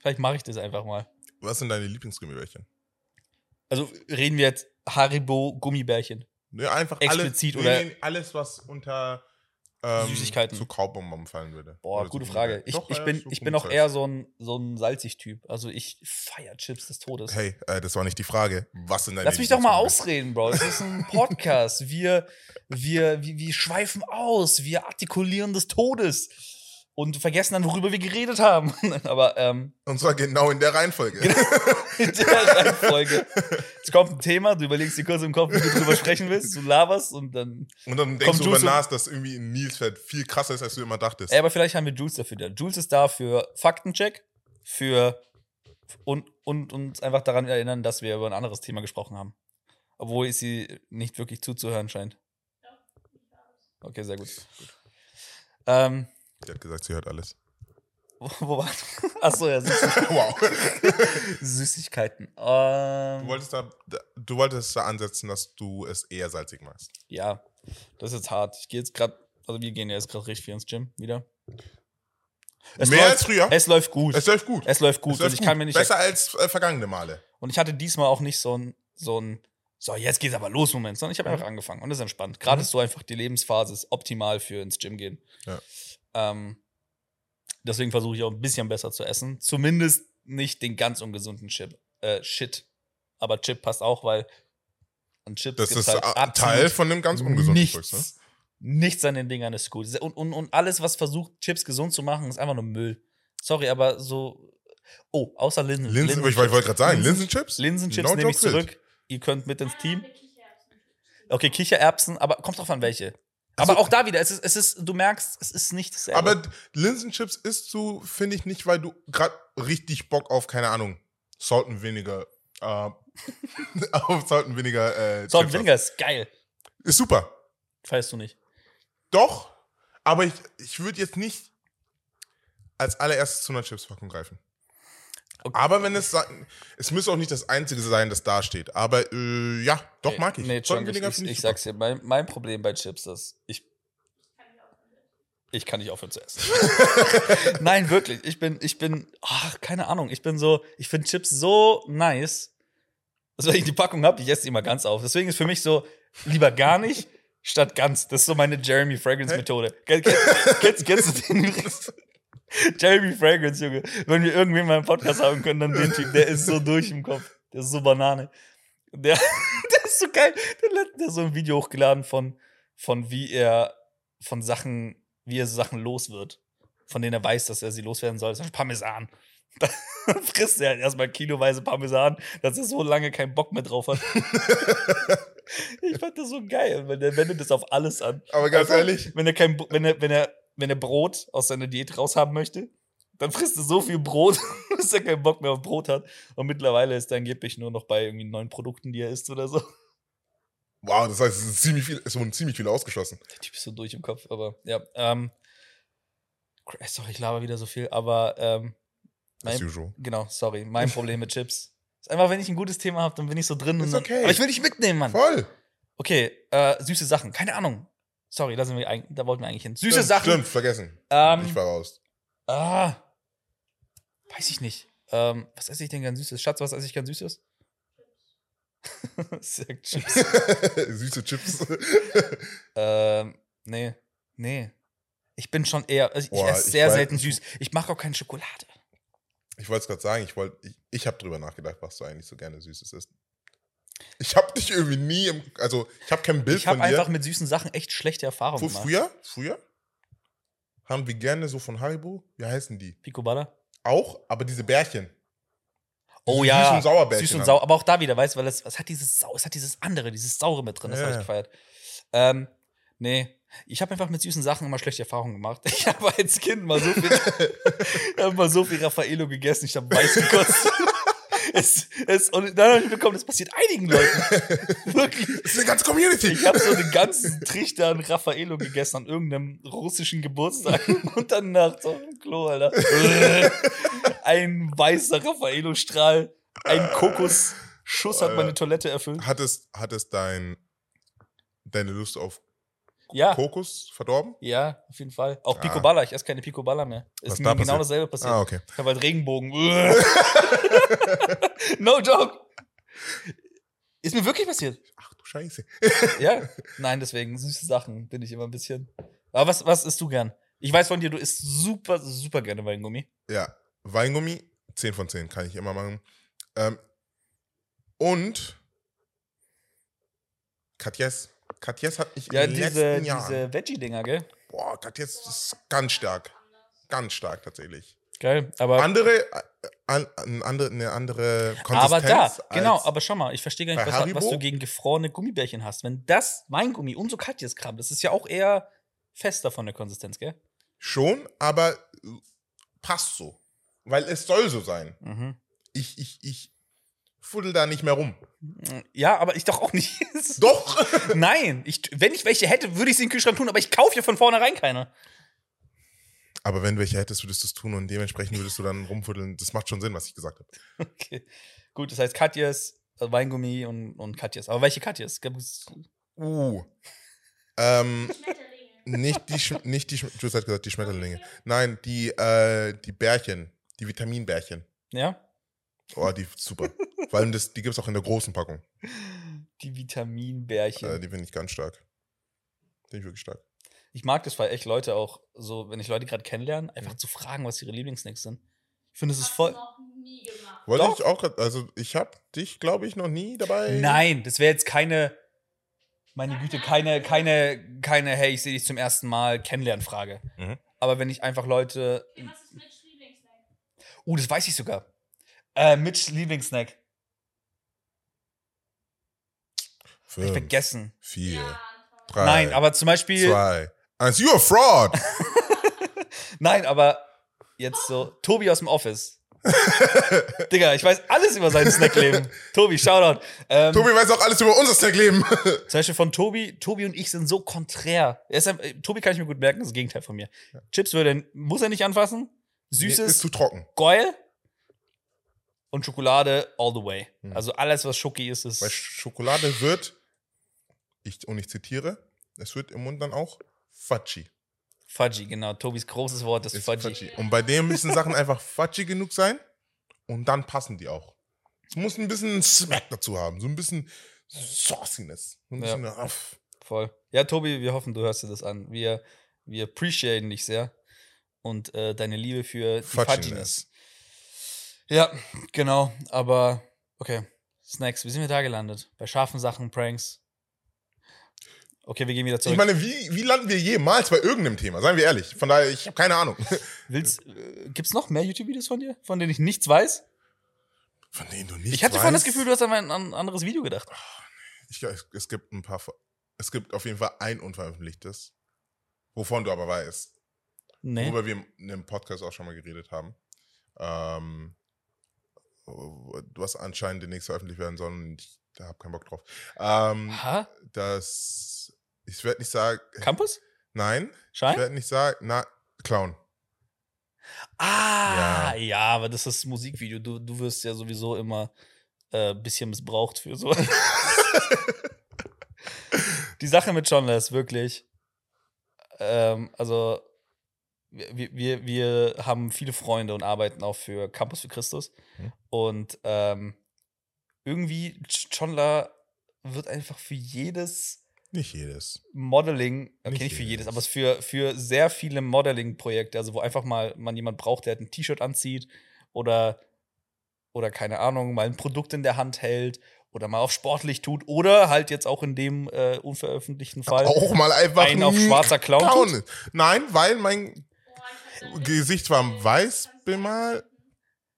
Speaker 1: Vielleicht mache ich das einfach mal.
Speaker 2: Was sind deine Lieblingsgummibärchen?
Speaker 1: Also reden wir jetzt Haribo Gummibärchen.
Speaker 2: Ne, einfach
Speaker 1: Explizit
Speaker 2: alles,
Speaker 1: oder-
Speaker 2: nee, nee, alles, was unter ähm,
Speaker 1: Süßigkeiten.
Speaker 2: zu Kaubonbon fallen würde.
Speaker 1: Boah,
Speaker 2: Oder zu
Speaker 1: gute Frage.
Speaker 2: Gummibär-
Speaker 1: Ich,
Speaker 2: Doch, äh,
Speaker 1: ich
Speaker 2: ja,
Speaker 1: bin,
Speaker 2: so
Speaker 1: ich bin auch
Speaker 2: Gummizeugs.
Speaker 1: eher so ein, so ein salzig-Typ. Also ich feier Chips des Todes.
Speaker 2: Hey, äh, das war nicht die Frage. Was sind deine
Speaker 1: Lass mich doch mal
Speaker 2: Lieblingsgummibärchen?
Speaker 1: ausreden, Bro. Es ist ein Podcast. Wir, wir, wir, wir schweifen aus. Wir artikulieren des Todes. Und vergessen dann, worüber wir geredet haben. [LAUGHS] Aber ähm,
Speaker 2: Und zwar genau in der
Speaker 1: [LAUGHS]
Speaker 2: Reihenfolge.
Speaker 1: in der Reihenfolge. Es kommt ein Thema, du überlegst dir kurz im Kopf, wie du drüber sprechen willst, du laberst und dann.
Speaker 2: Und dann denkst
Speaker 1: Komm,
Speaker 2: du über
Speaker 1: Juice-
Speaker 2: nach, dass irgendwie in Nilsfeld viel krasser ist, als du immer dachtest.
Speaker 1: Ey, aber vielleicht haben wir Jules dafür da. Jules ist da für Faktencheck, für und, und uns einfach daran erinnern, dass wir über ein anderes Thema gesprochen haben. Obwohl sie nicht wirklich zuzuhören scheint. Okay, sehr gut. Ähm, [LAUGHS]
Speaker 2: Die hat gesagt, sie hört alles.
Speaker 1: wo, wo war [LAUGHS] Achso, ja, Süß
Speaker 2: wow.
Speaker 1: Süßigkeiten.
Speaker 2: Du
Speaker 1: Ähm,
Speaker 2: wolltest, da, da- du wolltest da ansetzen, dass du es eher salzig machst.
Speaker 1: ja, das ist jetzt hart. Ich gehe jetzt gerade, also wir gehen ja jetzt gerade richtig viel ins Gym wieder.
Speaker 2: Mehr
Speaker 1: läuft,
Speaker 2: als früher?
Speaker 1: Es läuft gut.
Speaker 2: Es
Speaker 1: Es,
Speaker 2: läuft gut.
Speaker 1: läuft gut.
Speaker 2: Es läuft
Speaker 1: und ich kann mir nicht
Speaker 2: Besser als äh, vergangene Male.
Speaker 1: Und ich hatte diesmal auch nicht so ein, so ein, so jetzt geht's aber los, Moment, sondern ich habe einfach angefangen und das ist entspannt. Gerade
Speaker 2: Mhm.
Speaker 1: ist so einfach die Lebensphase ist optimal für ins Gym gehen.
Speaker 2: Ja.
Speaker 1: Ähm, deswegen versuche ich auch ein bisschen besser zu essen. Zumindest nicht den ganz ungesunden Chip, äh, Shit. Aber Chip passt auch, weil an Chips
Speaker 2: Das
Speaker 1: gibt's
Speaker 2: ist ein
Speaker 1: halt absolut
Speaker 2: Teil von dem ganz ungesunden
Speaker 1: nichts,
Speaker 2: Zeugs. Ne?
Speaker 1: nichts an den Dingern ist gut. Und, und, und alles, was versucht, Chips gesund zu machen, ist einfach nur Müll. Sorry, aber so. Oh, außer Linsen.
Speaker 2: Linsen, ich, wollte- ich wollte gerade sagen, Linsenchips?
Speaker 1: Linsenchips
Speaker 2: No
Speaker 1: nehme ich
Speaker 2: joke wild.
Speaker 1: zurück. Ihr könnt mit ins Team.
Speaker 3: Ah, mit Kichererbsen.
Speaker 1: Okay, Kichererbsen, aber kommt drauf an welche.
Speaker 2: Ach so.
Speaker 1: Aber auch da wieder, es ist, es ist, du merkst, es ist nicht dasselbe.
Speaker 2: Also Aber d- Linsenchips isst du, finde ich, nicht, weil du gerade richtig Bock auf, keine Ahnung, Salt and Vinegar, äh, [LAUGHS] auf Salt and Vinegar, äh,
Speaker 1: Salt
Speaker 2: Chips hast.
Speaker 1: and Vinegar ist geil.
Speaker 2: Ist super.
Speaker 1: Weißt du nicht.
Speaker 2: Doch, aber ich, ich würde jetzt nicht als allererstes zu einer Chipspackung greifen.
Speaker 1: Okay.
Speaker 2: Aber wenn es sa- es müsste auch nicht das einzige sein, das da steht. Aber äh, ja, doch mag ich.
Speaker 1: Nee, John, ich,
Speaker 2: Salt and Vinegar
Speaker 1: ich,
Speaker 2: finde
Speaker 1: ich
Speaker 2: super.
Speaker 1: sag's dir, mein, mein Problem bei Chips ist, ich, ich kann nicht aufhören zu essen. [LAUGHS] Nein, wirklich. Ich bin, ich bin, ach, keine Ahnung. Ich bin so, ich finde Chips so nice, dass wenn ich die Packung habe, ich esse die immer ganz auf. Deswegen ist für mich so, lieber gar nicht statt ganz. Das ist so meine Jeremy Fragrance-Methode. Kenn- kenn- Kennst, kennst du den übrigens? [LAUGHS] Jeremy Fragrance, Junge. Wenn wir irgendwen mal im Podcast haben können, dann den Typ, der ist so durch im Kopf. Der ist so Banane. Der, [LAUGHS] der ist so geil. Der hat der hat so ein Video hochgeladen von, von wie er von Sachen, wie er so Sachen los wird. Von denen er weiß, dass er sie loswerden soll. Das ist Parmesan. [LAUGHS] Dann frisst er halt erstmal kiloweise Parmesan, dass er so lange keinen Bock mehr drauf hat. [LAUGHS] ich fand das so geil, weil der wendet das auf alles an.
Speaker 2: [LAUGHS] Aber ganz
Speaker 1: Einfach,
Speaker 2: ehrlich,
Speaker 1: Also, Wenn er kein, Bo- wenn er, wenn er, wenn er Brot aus seiner Diät raushaben möchte, dann frisst er so viel Brot, [LAUGHS] dass er keinen Bock mehr auf Brot hat. Und mittlerweile ist er angeblich nur noch bei irgendwie neuen Produkten, die er isst oder so.
Speaker 2: wow, das heißt, es, ist ziemlich viel, es wurden ziemlich viele ausgeschossen.
Speaker 1: Der Typ ist so durch im Kopf, aber ja. Ähm, cra- sorry, ich laber wieder so viel, aber ähm,
Speaker 2: As
Speaker 1: mein,
Speaker 2: usual.
Speaker 1: genau, sorry. Mein Problem mit Chips. Ist einfach, wenn ich ein gutes Thema habe, dann bin ich so drin.
Speaker 2: Ist
Speaker 1: und dann,
Speaker 2: okay.
Speaker 1: Aber ich will dich mitnehmen, Mann.
Speaker 2: Voll.
Speaker 1: Okay, äh, süße Sachen. Keine Ahnung. Sorry, da, sind wir, eig- da wollten wir eigentlich hin. Süße
Speaker 2: Stimmt,
Speaker 1: Sachen.
Speaker 2: Stimmt, vergessen.
Speaker 1: Ähm,
Speaker 2: ich war raus. [LAUGHS]
Speaker 1: Ah. Weiß ich nicht. Ähm, was esse ich denn gern Süßes? Schatz, was esse ich gern Süßes? [LAUGHS] Sagt
Speaker 2: [LAUGHS]
Speaker 1: Chips.
Speaker 2: Süße Chips.
Speaker 1: ähm, nee. Nee. Ich bin schon eher. Also ich
Speaker 2: Boah,
Speaker 1: esse
Speaker 2: ich
Speaker 1: sehr
Speaker 2: weiß-
Speaker 1: selten süß. Ich mag auch keine Schokolade.
Speaker 2: ich wollte es gerade sagen, ich, wollt, ich, ich habe drüber nachgedacht, was du eigentlich so gerne Süßes isst. Ich habe dich irgendwie nie im. Also, ich habe kein Bild
Speaker 1: Ich
Speaker 2: von
Speaker 1: habe
Speaker 2: dir.
Speaker 1: einfach mit süßen Sachen echt schlechte Erfahrungen
Speaker 2: Fu-
Speaker 1: gemacht.
Speaker 2: früher, früher haben wir gerne so von Haribo, wie heißen die?
Speaker 1: Picoballa?
Speaker 2: Auch, aber diese Bärchen.
Speaker 1: Oh
Speaker 2: Diese
Speaker 1: ja.
Speaker 2: Süß und Sauerbärchen.
Speaker 1: Süß und
Speaker 2: haben.
Speaker 1: sauer. Aber auch da wieder, weißt du, weil es, es hat dieses Sau, es hat dieses andere, dieses Saure mit drin, das
Speaker 2: Ja,
Speaker 1: habe ich
Speaker 2: ja.
Speaker 1: gefeiert. Ähm, nee. Ich habe einfach mit süßen Sachen immer schlechte Erfahrungen gemacht. [LAUGHS] Ich habe als Kind mal so viel, [LAUGHS] ich hab mal so viel Raffaello gegessen, ich habe weiß gekotzt. [LAUGHS] es, es, und dann habe ich bekommen, das passiert einigen Leuten. [LAUGHS] Wirklich.
Speaker 2: Das ist eine ganze Community.
Speaker 1: Ich habe so einen ganzen Trichter an Raffaello gegessen an irgendeinem russischen Geburtstag [LAUGHS] und dann nachts auf dem Klo, Alter. [LAUGHS] Ein weißer Raffaello-Strahl, ein Kokosschuss hat meine Toilette erfüllt.
Speaker 2: hat es, hat es dein, deine Lust auf
Speaker 1: Ja,
Speaker 2: Kokos verdorben?
Speaker 1: ja, auf jeden Fall. Auch
Speaker 2: Ah.
Speaker 1: Picoballa, ich esse keine Picoballa mehr. Ist
Speaker 2: Was
Speaker 1: mir
Speaker 2: da
Speaker 1: genau
Speaker 2: passiert?
Speaker 1: dasselbe passiert.
Speaker 2: Ah, okay.
Speaker 1: Ich habe halt Regenbogen. [LAUGHS] no joke. Ist mir wirklich passiert.
Speaker 2: Ach du Scheiße.
Speaker 1: Ja, nein, deswegen süße Sachen bin ich immer ein bisschen. Aber was, was isst du gern? Ich weiß von dir, du isst super, super gerne Weingummi.
Speaker 2: Ja, Weingummi, 10 von 10, kann ich immer machen. Ähm, und Katjes. Katjes hat mich
Speaker 1: Ja,
Speaker 2: in den
Speaker 1: diese,
Speaker 2: letzten Jahren.
Speaker 1: diese Veggie-Dinger, gell?
Speaker 2: boah, Katjes ist ganz stark. Ganz stark tatsächlich.
Speaker 1: Geil, aber,
Speaker 2: Andere, äh, an, an andere, eine andere
Speaker 1: aber
Speaker 2: Konsistenz.
Speaker 1: da, genau,
Speaker 2: als-
Speaker 1: aber schau mal, ich verstehe gar nicht,
Speaker 2: bei
Speaker 1: was, was
Speaker 2: Haribo?
Speaker 1: du gegen gefrorene Gummibärchen hast. Wenn das Weingummi und so Katjes Kram, das ist ja auch eher fester von der Konsistenz, gell?
Speaker 2: Schon, aber äh, passt so. Weil es soll so sein.
Speaker 1: Mhm.
Speaker 2: Ich, ich, ich fuddel da nicht mehr rum.
Speaker 1: Ja, aber ich doch auch nicht. [LAUGHS]
Speaker 2: Doch! [LAUGHS]
Speaker 1: Nein, ich, wenn ich welche hätte, würde ich sie in den Kühlschrank tun, aber ich kaufe ja von vornherein keine.
Speaker 2: Aber wenn welche hättest, würdest du es tun und dementsprechend würdest du dann rumfuddeln. Das macht schon Sinn, was ich gesagt habe.
Speaker 1: Okay. Gut, das heißt Katjes, äh, Weingummi und, und Katjes. Aber welche Katjes? Gab es-
Speaker 2: Uh. Ähm,
Speaker 3: Schmetterlinge.
Speaker 2: nicht die, Sch nicht die, Sch du hast halt gesagt, die Schmetterlinge. Nein, die, äh, die Bärchen, die Vitaminbärchen.
Speaker 1: Ja?
Speaker 2: Oh, die
Speaker 1: [LAUGHS]
Speaker 2: ist super. Vor allem, das, die gibt es auch in der großen Packung.
Speaker 1: Die Vitaminbärchen.
Speaker 2: Äh, die finde ich ganz stark. Finde ich wirklich stark.
Speaker 1: ich mag das, weil echt Leute auch so, wenn ich Leute gerade kennenlerne, einfach
Speaker 2: Mhm.
Speaker 1: zu fragen, was ihre Lieblingsnacks sind. Ich finde, es ist
Speaker 3: Hab's
Speaker 1: voll.
Speaker 3: noch nie gemacht.
Speaker 2: Wollte
Speaker 1: Doch.
Speaker 2: ich auch grad, also ich habe dich, glaube ich, noch nie dabei.
Speaker 1: Nein, das wäre jetzt keine. Meine Güte, keine, keine, keine, hey, ich sehe dich zum ersten Mal kennenlernen-Frage.
Speaker 2: Mhm.
Speaker 1: Aber wenn ich einfach Leute.
Speaker 3: Okay, was ist mit Lieblingssnack?
Speaker 1: Uh, das weiß ich sogar. Äh, Mitch Lieblingssnack. Hab ich
Speaker 2: Fünf,
Speaker 1: vergessen.
Speaker 2: vier,
Speaker 3: Anton. Oh,
Speaker 2: drei,
Speaker 1: Nein, aber zum Beispiel.
Speaker 2: zwei, eins. You're
Speaker 1: [LAUGHS]
Speaker 2: a fraud!
Speaker 1: Nein, aber jetzt so, Tobi aus dem
Speaker 2: [LAUGHS]
Speaker 1: Office. Digga, ich weiß alles über sein Snackleben. Tobi, Shoutout. Ähm,
Speaker 2: Tobi weiß auch alles über unser Snackleben.
Speaker 1: Zum Beispiel von Tobi, Tobi und ich sind so konträr. Er ist ein, äh, Tobi kann ich mir gut merken, das ist das Gegenteil von mir. Chips würde, er- muss er nicht anfassen.
Speaker 2: Nee, ist
Speaker 1: Süßes,
Speaker 2: zu trocken.
Speaker 1: geil. Und Schokolade all the way.
Speaker 2: Hm.
Speaker 1: Also alles, was Schoki ist, ist.
Speaker 2: Weil Schokolade wird, ich, und ich zitiere, es wird im Mund dann auch Fatschi.
Speaker 1: Fudgy, genau. Tobis großes Wort ist,
Speaker 2: Ist
Speaker 1: Fudgy.
Speaker 2: Fatschi. Und bei dem müssen Sachen einfach Fatschi genug sein und dann passen die auch. Es muss ein bisschen Smack dazu haben, so ein bisschen Sauciness. So ein
Speaker 1: Ja.
Speaker 2: bisschen, Aff.
Speaker 1: Voll. Ja, Tobi, wir hoffen, du hörst dir das an. Wir, wir appreciaten dich sehr und äh, deine Liebe für die
Speaker 2: Fudginess.
Speaker 1: Fudginess. Ja, genau. Aber okay, Snacks. Wie sind wir da gelandet? Bei scharfen Sachen, Pranks. Okay, wir gehen wieder
Speaker 2: Ich
Speaker 1: zurück.
Speaker 2: meine, wie, wie landen wir jemals bei irgendeinem Thema? Seien wir ehrlich. Von daher, ich habe keine Ahnung. [LAUGHS]
Speaker 1: Willst, äh, gibt's noch mehr YouTube-Videos von dir, von denen ich nichts weiß?
Speaker 2: Von denen du nicht
Speaker 1: Ich hatte
Speaker 2: weißt.
Speaker 1: vorhin das Gefühl, du hast an ein an ein anderes Video gedacht.
Speaker 2: Ich, es, es gibt ein paar. Es gibt auf jeden Fall ein unveröffentlichtes, wovon du aber weißt.
Speaker 1: Nee.
Speaker 2: worüber wir im, in dem Podcast auch schon mal geredet haben. Ähm, was anscheinend demnächst veröffentlicht werden soll und ich da habe keinen Bock drauf. Ähm,
Speaker 1: Ha?
Speaker 2: das, ich werde nicht sagen,
Speaker 1: Campus?
Speaker 2: nein, ich
Speaker 1: Schein?
Speaker 2: werde nicht sagen, na, Clown.
Speaker 1: Ah, ja.
Speaker 2: Ja.
Speaker 1: aber das ist Musikvideo. Du, du wirst ja
Speaker 2: [LAUGHS]
Speaker 1: sowieso immer ein äh, bisschen missbraucht für so. die Sache mit John ist wirklich, ähm, also wir, wir, wir haben viele Freunde und arbeiten auch für Campus für Christus.
Speaker 2: Mhm.
Speaker 1: Und ähm, irgendwie, Chonla wird einfach für jedes
Speaker 2: Nicht jedes.
Speaker 1: Modeling, okay,
Speaker 2: Nicht
Speaker 1: nicht, für jedes,
Speaker 2: jedes.
Speaker 1: aber es für, für sehr viele Modeling-Projekte, also wo einfach mal man jemand braucht, der halt ein T-Shirt anzieht oder, oder keine Ahnung, mal ein Produkt in der Hand hält oder mal auf sportlich tut oder halt jetzt auch in dem äh, unveröffentlichten Fall
Speaker 2: Auch mal einfach
Speaker 1: einen auf
Speaker 2: n-
Speaker 1: schwarzer Clown
Speaker 2: Clown
Speaker 1: tut.
Speaker 2: ist. Nein, weil mein
Speaker 3: Oh,
Speaker 2: Gesicht war weiß bemalt.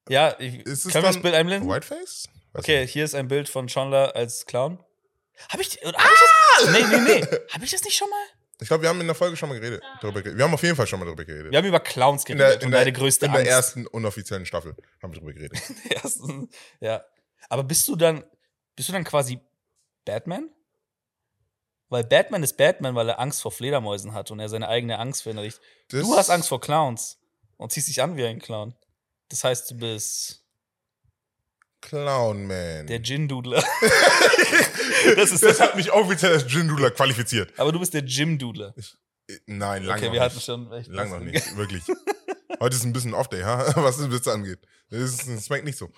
Speaker 1: Ja, ich,
Speaker 2: Ist es
Speaker 1: können wir das
Speaker 2: dann
Speaker 1: Bild einblenden?
Speaker 2: Whiteface? Weiß
Speaker 1: Ähm, Okay,
Speaker 2: ich
Speaker 1: hier ist ein Bild von Chandler als Clown. Hab ich, oder, hab ich das?
Speaker 2: Ah!
Speaker 1: Nee, nee, nee. Hab ich das nicht schon mal?
Speaker 2: nicht. Ich glaube, wir haben in der Folge schon mal geredet, darüber geredet. Wir haben auf jeden Fall schon mal darüber geredet.
Speaker 1: Wir haben über Clowns
Speaker 2: in
Speaker 1: geredet
Speaker 2: der, in
Speaker 1: und
Speaker 2: der,
Speaker 1: deine größte
Speaker 2: in der
Speaker 1: Angst.
Speaker 2: ersten unoffiziellen Staffel haben wir darüber geredet.
Speaker 1: [LAUGHS] ersten, ja. Aber bist du dann, bist du dann quasi Batman? Weil Batman ist Batman, weil er Angst vor Fledermäusen hat und er seine eigene Angst verinnerlicht.
Speaker 2: Das-
Speaker 1: du hast Angst vor Clowns und ziehst dich an wie ein Clown. Das heißt, du bist
Speaker 2: Clown Man.
Speaker 1: der Gin-Doodler. [LAUGHS] das ist
Speaker 2: das
Speaker 1: das.
Speaker 2: hat mich offiziell als Jindula qualifiziert.
Speaker 1: [LAUGHS] Aber du bist der Jim-Doodler.
Speaker 2: Äh, Nein, lange
Speaker 1: Okay,
Speaker 2: noch
Speaker 1: wir hatten
Speaker 2: nicht.
Speaker 1: schon echt.
Speaker 2: Lang noch nicht, wirklich. Heute ist ein bisschen Off-Day, ha? [LAUGHS] was das Witze angeht. Es es schmeckt nicht so.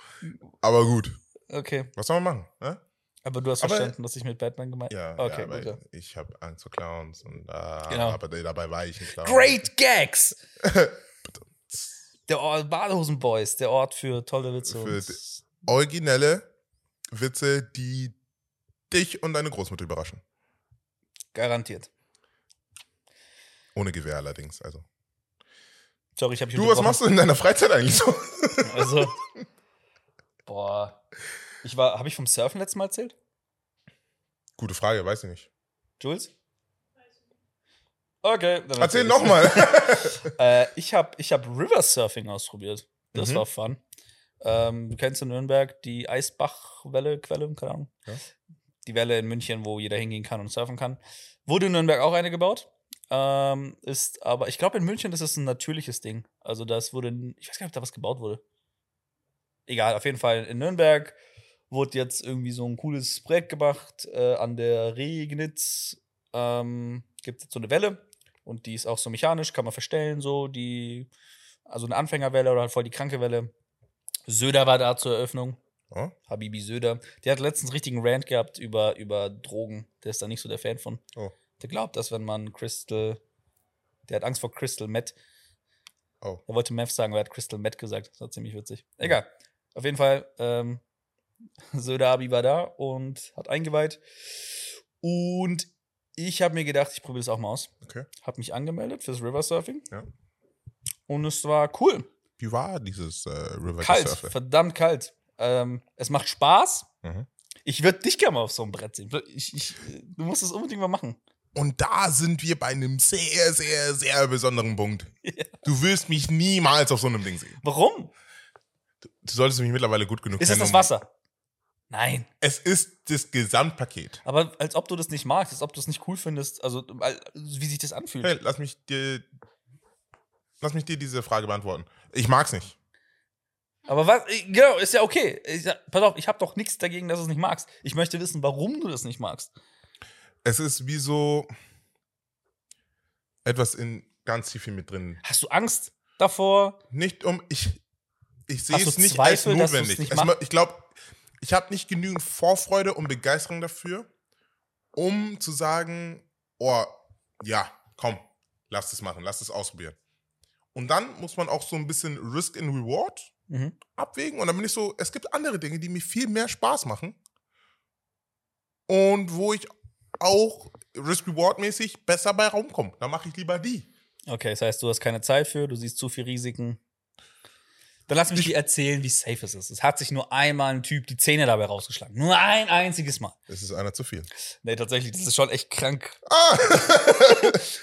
Speaker 2: Aber gut,
Speaker 1: [LAUGHS] Okay,
Speaker 2: was soll man machen? Ne?
Speaker 1: aber du hast
Speaker 2: Aber-
Speaker 1: verstanden, was ich mit Batman gemeint
Speaker 2: Ja,
Speaker 1: Okay,
Speaker 2: ja aber
Speaker 1: gut.
Speaker 2: ich habe Angst vor Clowns und ah,
Speaker 1: Genau.
Speaker 2: aber dabei war ich ein Clown.
Speaker 1: Great
Speaker 2: [LAUGHS]
Speaker 1: Gags! der Or- Badehosen Boys, der Ort für tolle Witze.
Speaker 2: Für
Speaker 1: und-
Speaker 2: d- Originelle Witze, die dich und deine Großmutter überraschen.
Speaker 1: Garantiert.
Speaker 2: Ohne Gewehr allerdings. Also.
Speaker 1: Sorry, ich habe
Speaker 2: Du, was machst du in deiner Freizeit eigentlich so? [LAUGHS]
Speaker 1: Also, boah. Ich war, habe ich vom Surfen letztes Mal erzählt?
Speaker 2: Gute Frage, weiß ich nicht.
Speaker 1: Jules? Okay, dann
Speaker 2: Erzähl
Speaker 1: ich's. [LAUGHS]
Speaker 2: nochmal.
Speaker 1: Äh, ich habe ich hab River Surfing ausprobiert. Das
Speaker 2: Mhm.
Speaker 1: war fun. Ähm, du kennst in Nürnberg die Eisbachwelle, Quelle, keine Ahnung.
Speaker 2: Ja.
Speaker 1: Die Welle in München, wo jeder hingehen kann und surfen kann. Wurde in Nürnberg auch eine gebaut. Ähm, ist aber, ich glaube, in München ist es ein natürliches Ding. Also, das wurde, n- ich weiß gar nicht, ob da was gebaut wurde. Egal, auf jeden Fall in Nürnberg wurde jetzt irgendwie so ein cooles Projekt gemacht. Äh, an der Regnitz ähm, gibt es so eine Welle und die ist auch so mechanisch, kann man verstellen, so die, also eine Anfängerwelle oder halt voll die kranke Welle. Söder war da zur Eröffnung,
Speaker 2: Oh,
Speaker 1: Habibi Söder. Der hat letztens richtigen Rant gehabt über, über Drogen. Der ist da nicht so der Fan von.
Speaker 2: Oh.
Speaker 1: Der glaubt, dass wenn man Crystal, der hat Angst vor Crystal Meth.
Speaker 2: oh.
Speaker 1: Er wollte Meth sagen, aber er hat Crystal Meth gesagt. Das war ziemlich witzig. Egal. Auf jeden Fall, ähm, [LAUGHS] Söder Abi war da und hat eingeweiht. Und ich habe mir gedacht, ich probiere das auch mal aus
Speaker 2: Okay.
Speaker 1: habe mich angemeldet fürs Riversurfing.
Speaker 2: Ja.
Speaker 1: Und es war cool.
Speaker 2: Wie war dieses äh, River
Speaker 1: kalt,
Speaker 2: Surfer?
Speaker 1: verdammt kalt. Ähm, es macht Spaß.
Speaker 2: Mhm.
Speaker 1: Ich würde dich gerne mal auf so einem Brett sehen. Ich, ich, du musst es unbedingt mal machen.
Speaker 2: Und da sind wir bei einem sehr, sehr, sehr besonderen Punkt.
Speaker 1: [LAUGHS] Ja.
Speaker 2: Du wirst mich niemals auf so einem Ding sehen.
Speaker 1: Warum?
Speaker 2: Du solltest mich mittlerweile gut genug
Speaker 1: Ist es
Speaker 2: kennen.
Speaker 1: das
Speaker 2: um-
Speaker 1: Wasser? Nein.
Speaker 2: Es ist das Gesamtpaket.
Speaker 1: Aber als ob du das nicht magst, als ob du es nicht cool findest, also al- wie sich das anfühlt.
Speaker 2: Hey, lass mich dir. Lass mich dir diese Frage beantworten. Ich mag's nicht.
Speaker 1: Aber was, äh, genau, ist ja okay. Ich, sag- pass auf, ich habe doch nichts dagegen, dass du es nicht magst. Ich möchte wissen, warum du das nicht magst.
Speaker 2: Es ist wie so etwas in ganz tief viel mit drin.
Speaker 1: Hast du Angst davor?
Speaker 2: Nicht um. Ich, ich sehe
Speaker 1: Hast du
Speaker 2: es nicht
Speaker 1: Zweifel, dass
Speaker 2: als
Speaker 1: du's
Speaker 2: notwendig.
Speaker 1: nicht
Speaker 2: Es
Speaker 1: mach-
Speaker 2: ma- ich glaube, ich habe nicht genügend Vorfreude und Begeisterung dafür, um zu sagen, oh, ja, komm, lass es machen, lass es ausprobieren. Und dann muss man auch so ein bisschen Risk and Reward
Speaker 1: Mhm.
Speaker 2: abwägen. Und dann bin ich so, es gibt andere Dinge, die mir viel mehr Spaß machen. Und wo ich auch Risk-Reward-mäßig besser bei rumkomme. Dann mache ich lieber die.
Speaker 1: Okay, das heißt, du hast keine Zeit für, du siehst zu viel Risiken. Dann lass mich dir erzählen, wie safe es ist. Es hat sich nur einmal ein Typ die Zähne dabei rausgeschlagen. Nur ein einziges Mal.
Speaker 2: Es ist einer zu viel.
Speaker 1: Nee, tatsächlich, das ist schon echt krank.
Speaker 2: Ah! [LAUGHS]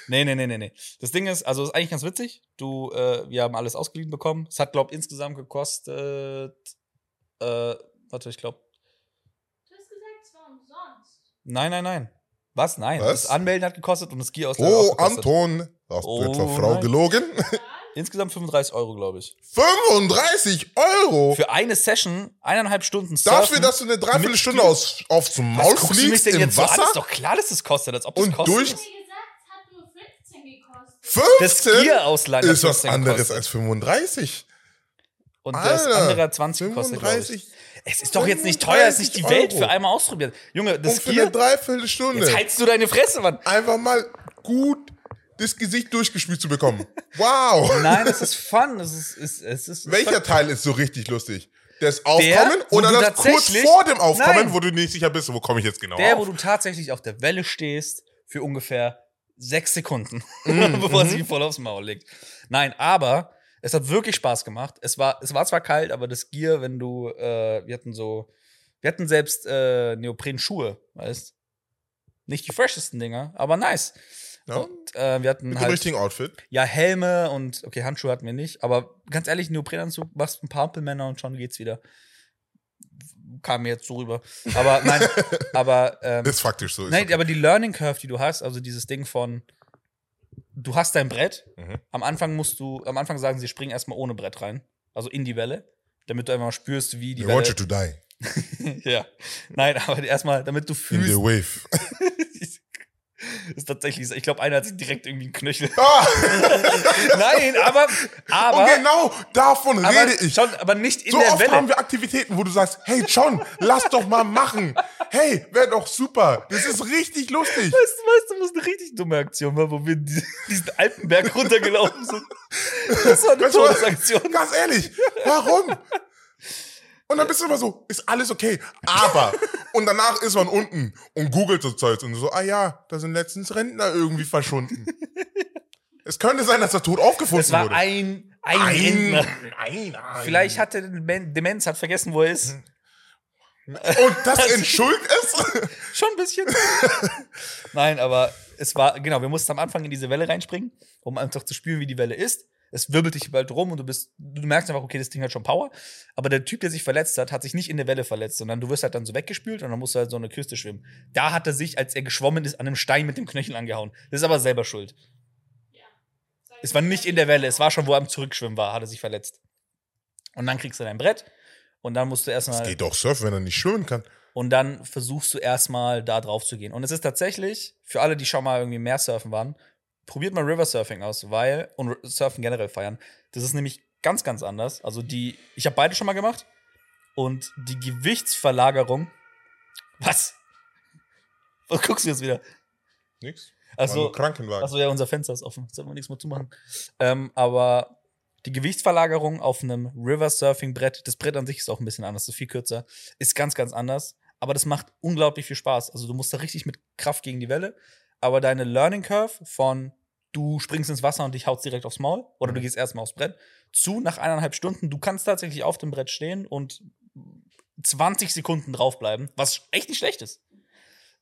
Speaker 1: Nee, nee, nee, nee, nee. Das Ding ist, also ist eigentlich ganz witzig. Du, äh, wir haben alles ausgeliehen bekommen. Es hat, glaube ich, insgesamt gekostet. Äh, warte, ich glaube.
Speaker 3: Du hast gesagt, es war
Speaker 1: [LAUGHS]
Speaker 3: umsonst.
Speaker 1: Nein, nein, nein. Was? Nein.
Speaker 2: Was?
Speaker 1: Das Anmelden hat gekostet und das Ski aus
Speaker 2: oh, Anton, hast du
Speaker 1: Oh,
Speaker 2: etwa Frau
Speaker 1: nein.
Speaker 2: gelogen?
Speaker 3: Ja,
Speaker 1: Insgesamt 35 Euro, glaube ich.
Speaker 2: 35 Euro
Speaker 1: Für eine Session, eineinhalb Stunden surfen.
Speaker 2: dafür, dass du eine Dreiviertelstunde
Speaker 1: Mit-
Speaker 2: aus, auf zum
Speaker 1: Was
Speaker 2: Maul
Speaker 1: guckst du mich
Speaker 2: fliegst
Speaker 1: denn
Speaker 2: im
Speaker 1: jetzt so an?
Speaker 2: Wasser
Speaker 1: Ist doch klar, dass es kostet, als ob das
Speaker 2: und
Speaker 1: kostet.
Speaker 2: durch
Speaker 3: Ich hab dir gesagt, es hat nur 15 gekostet.
Speaker 1: das
Speaker 2: 15
Speaker 1: Skierausland hat
Speaker 2: ist was
Speaker 1: 15
Speaker 2: anderes
Speaker 1: gekostet.
Speaker 2: als 35.
Speaker 1: Und das
Speaker 2: Alter,
Speaker 1: andere hat 20 gekostet, glaube ich.
Speaker 2: 35
Speaker 1: Es ist doch jetzt nicht teuer, es ist nicht die Welt
Speaker 2: Euro.
Speaker 1: für einmal ausprobieren. Junge,
Speaker 2: und
Speaker 1: das
Speaker 2: um für eine
Speaker 1: Skier,
Speaker 2: Dreiviertelstunde
Speaker 1: jetzt halt. heizt du deine Fresse, Mann.
Speaker 2: einfach mal gut das Gesicht durchgespült
Speaker 1: [LAUGHS]
Speaker 2: zu bekommen. Wow.
Speaker 1: Nein, es ist Fun. Es ist, es, es ist
Speaker 2: Welcher
Speaker 1: Fun.
Speaker 2: Teil ist so richtig lustig? Das Aufkommen
Speaker 1: wo
Speaker 2: oder
Speaker 1: du
Speaker 2: das kurz
Speaker 1: tatsächlich-
Speaker 2: vor dem Aufkommen,
Speaker 1: Nein.
Speaker 2: wo du nicht sicher bist, wo komme ich jetzt genau
Speaker 1: Der, wo
Speaker 2: auf?
Speaker 1: du tatsächlich auf der Welle stehst für ungefähr sechs Sekunden, [LAUGHS]
Speaker 2: Mhm,
Speaker 1: bevor sie voll aufs Maul legt. Nein, aber es hat wirklich Spaß gemacht. Es war, es war zwar kalt, aber das Gear, wenn du, äh, wir hatten so, wir hatten selbst äh, Neopren-Schuhe, weißt? Nicht die freshesten Dinger, aber nice.
Speaker 2: Ja.
Speaker 1: Und äh, wir hatten
Speaker 2: Mit dem
Speaker 1: halt
Speaker 2: richtigen Outfit.
Speaker 1: ja Helme und okay Handschuhe hatten wir nicht, aber ganz ehrlich Neoprenanzug machst ein paar Ampelmänner und schon geht's wieder. Kam mir jetzt so rüber, aber nein,
Speaker 2: [LAUGHS]
Speaker 1: aber ähm,
Speaker 2: Ist faktisch so. Ist
Speaker 1: Nein,
Speaker 2: okay.
Speaker 1: aber die Learning Curve, die du hast, also dieses Ding von, du hast dein Brett,
Speaker 2: Mhm.
Speaker 1: am Anfang musst du, am Anfang sagen sie, spring erstmal ohne Brett rein, also in die Welle, damit du einfach mal spürst, wie die
Speaker 2: We
Speaker 1: Welle.
Speaker 2: want you to die
Speaker 1: [LAUGHS] ja. Nein, aber erstmal, damit du
Speaker 2: in the
Speaker 1: fühlst.
Speaker 2: wave.
Speaker 1: ist tatsächlich, so. ich glaube, einer hat sich direkt irgendwie einen Knöchel. [LAUGHS]
Speaker 2: Ah,
Speaker 1: Nein, aber, [LAUGHS]
Speaker 2: [LAUGHS]
Speaker 1: aber,
Speaker 2: und genau davon
Speaker 1: aber
Speaker 2: rede ich.
Speaker 1: schon, aber nicht in
Speaker 2: so
Speaker 1: der
Speaker 2: oft
Speaker 1: Welle.
Speaker 2: haben wir Aktivitäten, wo du sagst, hey John, lass doch mal machen. Hey, wäre doch super. Das ist
Speaker 1: [LAUGHS]
Speaker 2: richtig lustig.
Speaker 1: Weißt du, weißt du, was eine richtig dumme Aktion war, wo wir die- diesen
Speaker 2: [LAUGHS]
Speaker 1: Alpenberg runtergelaufen sind? Das war eine
Speaker 2: Weißt du was?
Speaker 1: Todesaktion.
Speaker 2: [LAUGHS] Ganz ehrlich, warum? Und dann bist du immer so, ist alles okay, aber. Und danach ist man unten und googelt so Zeugs und so, ah ja, da sind letztens Rentner irgendwie
Speaker 1: [LAUGHS]
Speaker 2: verschwunden. Es könnte sein, dass der Tod aufgefunden
Speaker 1: Es war
Speaker 2: wurde.
Speaker 1: ein, ein, Rentner.
Speaker 2: ein, ein.
Speaker 1: Vielleicht hat er Demen- Demenz, hat vergessen, wo er ist.
Speaker 2: Und das entschuldigt es?
Speaker 1: Schon ein bisschen. Nein, aber es war, genau, wir mussten am Anfang in diese Welle reinspringen, um einfach zu spüren, wie die Welle ist. Es wirbelt dich bald rum und du bist, du merkst einfach, okay, das Ding hat schon Power. Aber der Typ, der sich verletzt hat, hat sich nicht in der Welle verletzt, sondern du wirst halt dann so weggespült und dann musst du halt so eine Küste schwimmen. Da hat er sich, als er geschwommen ist, an einem Stein mit dem Knöchel angehauen. Das ist aber selber schuld. Es war nicht in der Welle, es war schon, wo er am Zurückschwimmen war, hat er sich verletzt. Und dann kriegst du dein Brett und dann musst du erstmal.
Speaker 2: Es geht doch surfen, wenn er nicht schwimmen kann.
Speaker 1: Und dann versuchst du erstmal da drauf zu gehen. Und es ist tatsächlich, für alle, die schon mal irgendwie mehr surfen waren, probiert mal Riversurfing aus, weil, und R- Surfen generell feiern. Das ist nämlich ganz, ganz anders. Also die, ich habe beide schon mal gemacht. Und die Gewichtsverlagerung. Was? Wo guckst du jetzt wieder?
Speaker 2: Nix.
Speaker 1: Also,
Speaker 2: Krankenwagen.
Speaker 1: Achso, ja, unser Fenster ist offen. Jetzt haben wir nichts mehr zu machen. Ähm, aber die Gewichtsverlagerung auf einem River-Surfing-Brett, das Brett an sich ist auch ein bisschen anders, das ist viel kürzer, ist ganz, ganz anders. Aber das macht unglaublich viel Spaß. Also du musst da richtig mit Kraft gegen die Welle. Aber deine Learning Curve von du springst ins Wasser und dich haut direkt aufs Maul oder du
Speaker 2: Mhm.
Speaker 1: gehst erstmal aufs Brett zu nach eineinhalb Stunden. Du kannst tatsächlich auf dem Brett stehen und 20 Sekunden draufbleiben, was echt nicht schlecht ist.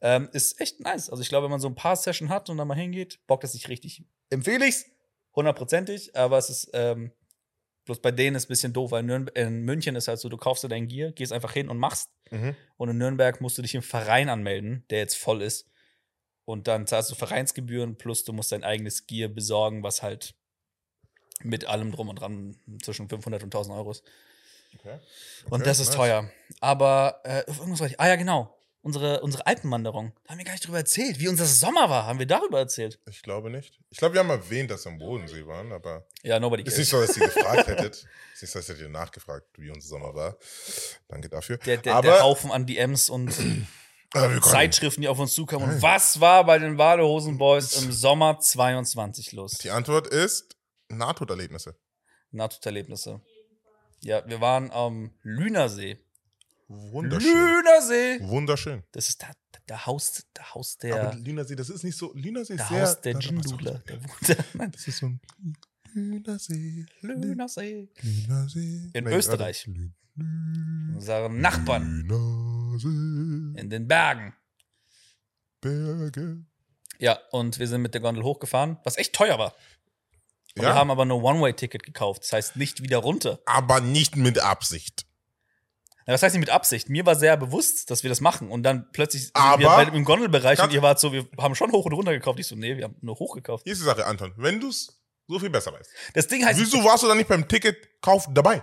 Speaker 1: Ähm, ist echt nice. Also ich glaube, wenn man so ein paar Session hat und dann mal hingeht, bockt es sich richtig. Empfehle ich's, hundertprozentig, aber es ist ähm, bloß bei denen ist ein bisschen doof, weil Nürn in München ist halt so, du kaufst dir dein Gear, gehst einfach hin und machst.
Speaker 2: mhm.
Speaker 1: Und in Nürnberg musst du dich im Verein anmelden, der jetzt voll ist. Und dann zahlst du Vereinsgebühren plus du musst dein eigenes Gear besorgen, was halt mit allem drum und dran zwischen 500 und 1000 Euro ist.
Speaker 2: okay.
Speaker 1: Und
Speaker 2: Okay,
Speaker 1: das ist
Speaker 2: nice.
Speaker 1: teuer. Aber äh, auf irgendwas wollte ich. Ah ja, genau. Unsere, unsere Alpenwanderung. Da haben wir gar nicht drüber erzählt. Wie unser Sommer war, haben wir darüber erzählt.
Speaker 2: Ich glaube nicht. Ich glaube, wir haben erwähnt, dass wir am Bodensee waren, aber
Speaker 1: Ja, nobody
Speaker 2: ist nicht
Speaker 1: cares.
Speaker 2: so, dass ihr gefragt hättet. Ist nicht so, dass ihr nachgefragt, wie unser Sommer war. Danke dafür.
Speaker 1: Der, der,
Speaker 2: aber,
Speaker 1: der Haufen an DMs
Speaker 2: [CLEARS THROAT]
Speaker 1: und
Speaker 2: aber wir konnten
Speaker 1: Zeitschriften, die auf uns zukamen. Und was war bei den Badehosen-Boys im Sommer 22 los?
Speaker 2: Die Antwort ist Nahtoderlebnisse.
Speaker 1: Nahtoderlebnisse. Ja, wir waren am Lünersee.
Speaker 2: Wunderschön.
Speaker 1: Lünersee!
Speaker 2: Wunderschön.
Speaker 1: Das ist da, da, da haust, da haust
Speaker 2: Aber
Speaker 1: der,
Speaker 2: Lünersee, das ist nicht so. Lünersee ist
Speaker 1: da
Speaker 2: sehr.
Speaker 1: haust der
Speaker 2: da- da-
Speaker 1: Gin-Dudler. Da wohnt der- [LAUGHS] Nein,
Speaker 2: Das ist so ein Lünersee. Lü-
Speaker 1: Lünersee.
Speaker 2: Lünersee.
Speaker 1: In
Speaker 2: warte.
Speaker 1: Österreich.
Speaker 2: Lü- Lü-
Speaker 1: Unsere Nachbarn
Speaker 2: Lünersee.
Speaker 1: in den Bergen.
Speaker 2: Berge.
Speaker 1: Ja, und wir sind mit der Gondel hochgefahren, was echt teuer war. Und
Speaker 2: Ja.
Speaker 1: Wir haben aber nur One-Way-Ticket gekauft. Das heißt, nicht wieder runter.
Speaker 2: Aber nicht mit Absicht.
Speaker 1: Ja, Das heißt nicht mit Absicht. Mir war sehr bewusst, dass wir das machen. Und dann plötzlich
Speaker 2: Aber-
Speaker 1: sind wir bei- im Gondelbereich
Speaker 2: Ganz-
Speaker 1: und ihr wart so, wir haben schon hoch und runter gekauft. Ich so, nee, wir haben nur hoch gekauft.
Speaker 2: Hier ist die Sache, Anton. Wenn du es So viel besser weißt.
Speaker 1: Das Ding heißt,
Speaker 2: Wieso warst du dann nicht beim Ticketkauf dabei?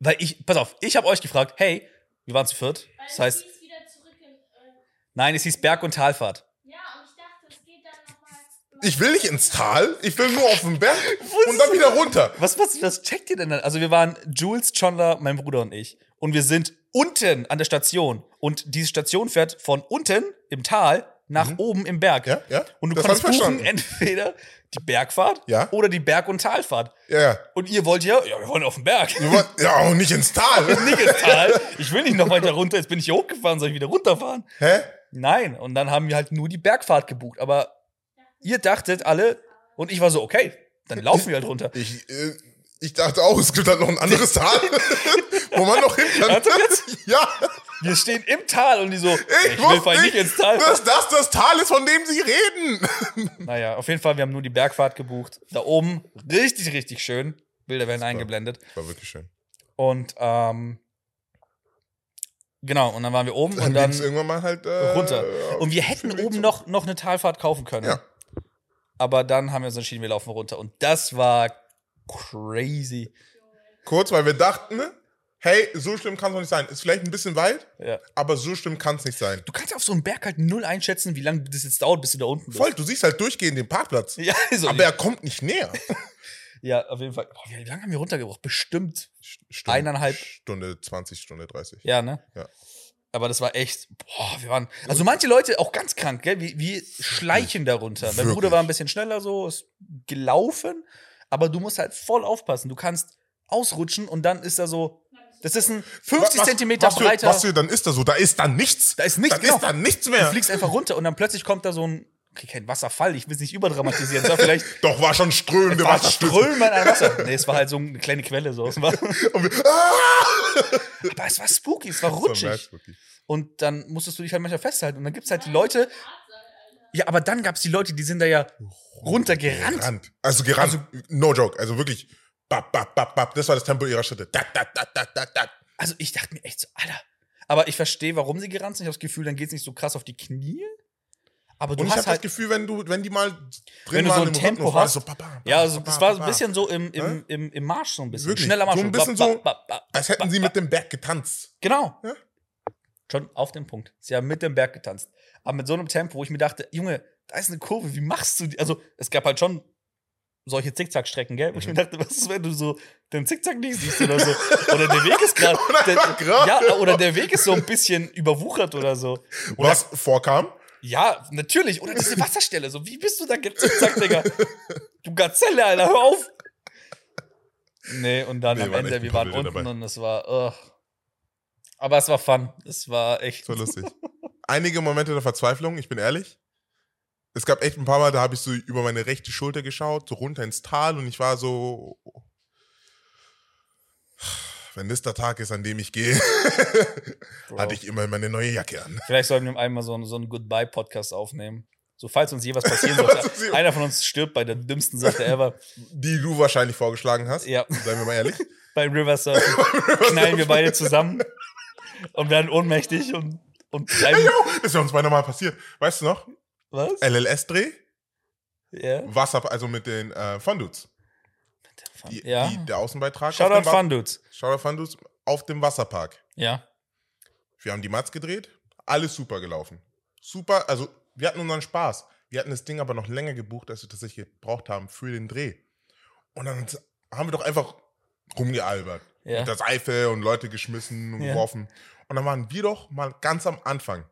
Speaker 1: weil ich, pass auf, ich habe euch gefragt, hey, wir waren zu viert.
Speaker 3: Weil
Speaker 1: Das
Speaker 3: es
Speaker 1: heißt,
Speaker 3: hieß wieder zurück in. Äh,
Speaker 1: nein, es hieß Berg- und Talfahrt.
Speaker 3: ja, und ich dachte, es geht dann nochmal.
Speaker 2: Ich will nicht ins Tal, ich will nur auf
Speaker 1: [LAUGHS]
Speaker 2: den Berg und dann wieder runter.
Speaker 1: Was, was, was checkt ihr denn dann? Also wir waren Jules, Chandler, mein Bruder und ich. Und wir sind unten an der Station. Und diese Station fährt von unten im Tal nach
Speaker 2: Mhm.
Speaker 1: oben im Berg.
Speaker 2: Ja, ja.
Speaker 1: Und du
Speaker 2: das
Speaker 1: kannst
Speaker 2: hab ich
Speaker 1: buchen
Speaker 2: verstanden.
Speaker 1: entweder die Bergfahrt
Speaker 2: Ja.
Speaker 1: oder die Berg- und Talfahrt.
Speaker 2: Ja, ja.
Speaker 1: Und ihr wollt ja, ja, wir wollen auf den Berg. [LAUGHS]
Speaker 2: Wir wollen- Ja, auch nicht ins Tal.
Speaker 1: Nicht ins Tal. Ich will nicht noch weiter runter. Jetzt bin ich hier hochgefahren, soll ich wieder runterfahren?
Speaker 2: Hä?
Speaker 1: Nein. Und dann haben wir halt nur die Bergfahrt gebucht. Aber ihr dachtet alle, und ich war so, okay, dann laufen wir halt runter.
Speaker 2: Ich, äh, ich dachte auch, es gibt halt noch ein anderes
Speaker 1: [LAUGHS]
Speaker 2: Tal, wo man noch hin kann.
Speaker 1: Ernsthaft jetzt?
Speaker 2: [LAUGHS] Ja,
Speaker 1: Wir stehen im Tal und die so, ich, will
Speaker 2: wusste
Speaker 1: vielleicht nicht ins Tal.
Speaker 2: dass das das Tal ist, von dem sie reden.
Speaker 1: Naja, auf jeden Fall, wir haben nur die Bergfahrt gebucht. Da oben, richtig, richtig schön. Bilder werden
Speaker 2: Super.
Speaker 1: eingeblendet.
Speaker 2: War wirklich schön.
Speaker 1: Und ähm, genau, und dann waren wir oben
Speaker 2: Dann,
Speaker 1: und dann
Speaker 2: ging's irgendwann mal halt äh,
Speaker 1: runter. Und wir hätten
Speaker 2: schön
Speaker 1: oben
Speaker 2: zu-
Speaker 1: noch, noch eine Talfahrt kaufen können.
Speaker 2: Ja.
Speaker 1: Aber dann haben wir uns entschieden, wir laufen runter. Und das war crazy.
Speaker 2: Kurz, weil wir dachten, hey, so schlimm kann es doch nicht sein. Ist vielleicht ein bisschen weit,
Speaker 1: Ja.
Speaker 2: aber so schlimm kann es nicht sein.
Speaker 1: Du kannst auf so einem Berg halt null einschätzen, wie lange das jetzt dauert, bis du da unten bist.
Speaker 2: Voll, du siehst halt durchgehend den
Speaker 1: [LAUGHS]
Speaker 2: Parkplatz.
Speaker 1: Ja, also,
Speaker 2: Aber er kommt
Speaker 1: [LAUGHS]
Speaker 2: nicht näher.
Speaker 1: ja, auf jeden Fall. Boah, wie lange haben wir runtergebraucht? Bestimmt.
Speaker 2: Stunde,
Speaker 1: Eineinhalb.
Speaker 2: Stunde 20, Stunde 30.
Speaker 1: Ja, ne?
Speaker 2: Ja.
Speaker 1: Aber das war echt, boah, wir waren, also manche Leute auch ganz krank, gell? Wir, wir schleichen darunter. Mein
Speaker 2: Wirklich.
Speaker 1: Bruder war ein bisschen schneller so, ist gelaufen, aber du musst halt voll aufpassen. Du kannst ausrutschen und dann ist da so, das ist ein 50
Speaker 2: Was-
Speaker 1: Zentimeter
Speaker 2: was für-
Speaker 1: breiter,
Speaker 2: Was für, dann ist da so? Da ist dann nichts.
Speaker 1: da ist nichts,
Speaker 2: dann
Speaker 1: genau.
Speaker 2: ist dann nichts
Speaker 1: Du
Speaker 2: mehr.
Speaker 1: fliegst einfach runter und dann plötzlich kommt da so ein, okay, kein Wasserfall, ich will es nicht überdramatisieren, es war vielleicht
Speaker 2: Doch, war schon strömende
Speaker 1: war
Speaker 2: Wasserstürme.
Speaker 1: Strömen an
Speaker 2: [LAUGHS]
Speaker 1: Wasser. Nee, es war halt so eine kleine Quelle so. Es war,
Speaker 2: Und wir- Ah!
Speaker 1: aber es war spooky, es war
Speaker 2: So merkst
Speaker 1: rutschig.
Speaker 2: du die.
Speaker 1: Und dann musstest du dich halt manchmal festhalten. Und dann gibt's halt die Leute, Ja, aber dann gab's die Leute, die sind da ja runtergerannt.
Speaker 2: Gerannt. Also gerannt. no joke. Also wirklich. Bap, bap, bap, bap. Das war das Tempo ihrer Schritte. Da, da, da, da, da, da.
Speaker 1: Also ich dachte mir echt so, Alter. Aber ich verstehe, warum sie gerannt sind. Ich habe das Gefühl, dann geht's nicht so krass auf die Knie. Aber du
Speaker 2: Und ich
Speaker 1: hast
Speaker 2: habe das
Speaker 1: halt.
Speaker 2: Gefühl, wenn du, wenn die mal drin
Speaker 1: Wenn du
Speaker 2: waren
Speaker 1: so ein
Speaker 2: im
Speaker 1: Tempo
Speaker 2: war
Speaker 1: hast-
Speaker 2: das so, ba, ba, ba,
Speaker 1: ja, also
Speaker 2: ba,
Speaker 1: es
Speaker 2: ba,
Speaker 1: war so
Speaker 2: ba.
Speaker 1: ein bisschen so im, im, im, im Marsch, so ein bisschen.
Speaker 2: Wirklich,
Speaker 1: Schneller Marsch.
Speaker 2: so ein bisschen so- als hätten sie
Speaker 1: ba,
Speaker 2: mit dem Berg getanzt. [LAUGHS]
Speaker 1: Genau.
Speaker 2: Ja.
Speaker 1: Schon auf den Punkt. Sie haben mit dem Berg getanzt. Aber mit so einem Tempo, wo ich mir dachte, Junge, da ist eine Kurve, wie machst du die? Also, es gab halt schon solche Zickzackstrecken, gell? Wo ich mir
Speaker 2: Mhm.
Speaker 1: dachte, was ist, wenn du so den Zickzack nicht siehst oder so? Oder der Weg ist gerade.
Speaker 2: [LAUGHS] Oder
Speaker 1: der-
Speaker 2: einfach gerade.
Speaker 1: [LAUGHS] Ja, oder der Weg ist so ein bisschen überwuchert oder so. Oder,
Speaker 2: Was vorkam?
Speaker 1: Ja, natürlich. Oder diese Wasserstelle. So, wie bist du da gezickzackt, Digga? Du Gazelle, Alter, hör auf. Nee, und dann
Speaker 2: Nee,
Speaker 1: am
Speaker 2: waren echt
Speaker 1: Ende,
Speaker 2: ein
Speaker 1: wir
Speaker 2: paar
Speaker 1: waren
Speaker 2: Bilder
Speaker 1: unten
Speaker 2: dabei.
Speaker 1: und es war. ugh. Aber es war fun. Es war echt.
Speaker 2: Das war lustig. Einige Momente der Verzweiflung, ich bin ehrlich. Es gab echt ein paar Mal, da habe ich so über meine rechte Schulter geschaut, so runter ins Tal und ich war so. Wenn das der Tag ist, an dem ich gehe,
Speaker 1: Bro.
Speaker 2: hatte ich immer meine neue Jacke an.
Speaker 1: Vielleicht sollten wir einmal so einen, so einen Goodbye-Podcast aufnehmen. So, falls uns je was passieren
Speaker 2: [LAUGHS]
Speaker 1: sollte. einer von uns stirbt bei der dümmsten Sache ever.
Speaker 2: Die du wahrscheinlich vorgeschlagen hast.
Speaker 1: Ja,
Speaker 2: Seien wir mal ehrlich.
Speaker 1: bei River
Speaker 2: [LAUGHS]
Speaker 1: Surfing knallen wir beide zusammen und werden ohnmächtig und, und bleiben.
Speaker 2: Das ist ja uns beinahe mal passiert. Weißt du noch?
Speaker 1: Was?
Speaker 2: LLS-Dreh,
Speaker 1: Ja.
Speaker 2: Wasser, also mit den äh, Fundudes. Die,
Speaker 1: ja.
Speaker 2: die, der Außenbeitrag. auf
Speaker 1: Shoutout
Speaker 2: dem Wa-
Speaker 1: Fun Dudes.
Speaker 2: Shoutout Fundudes auf dem Wasserpark.
Speaker 1: Ja.
Speaker 2: Wir haben die Mats gedreht, alles super gelaufen. Super, also wir hatten unseren Spaß. Wir hatten das Ding aber noch länger gebucht, als wir tatsächlich gebraucht haben für den Dreh. Und dann haben wir doch einfach rumgealbert.
Speaker 1: Ja.
Speaker 2: Mit der Seife und Leute geschmissen und
Speaker 1: Ja.
Speaker 2: geworfen. Und dann waren wir doch mal ganz am Anfang.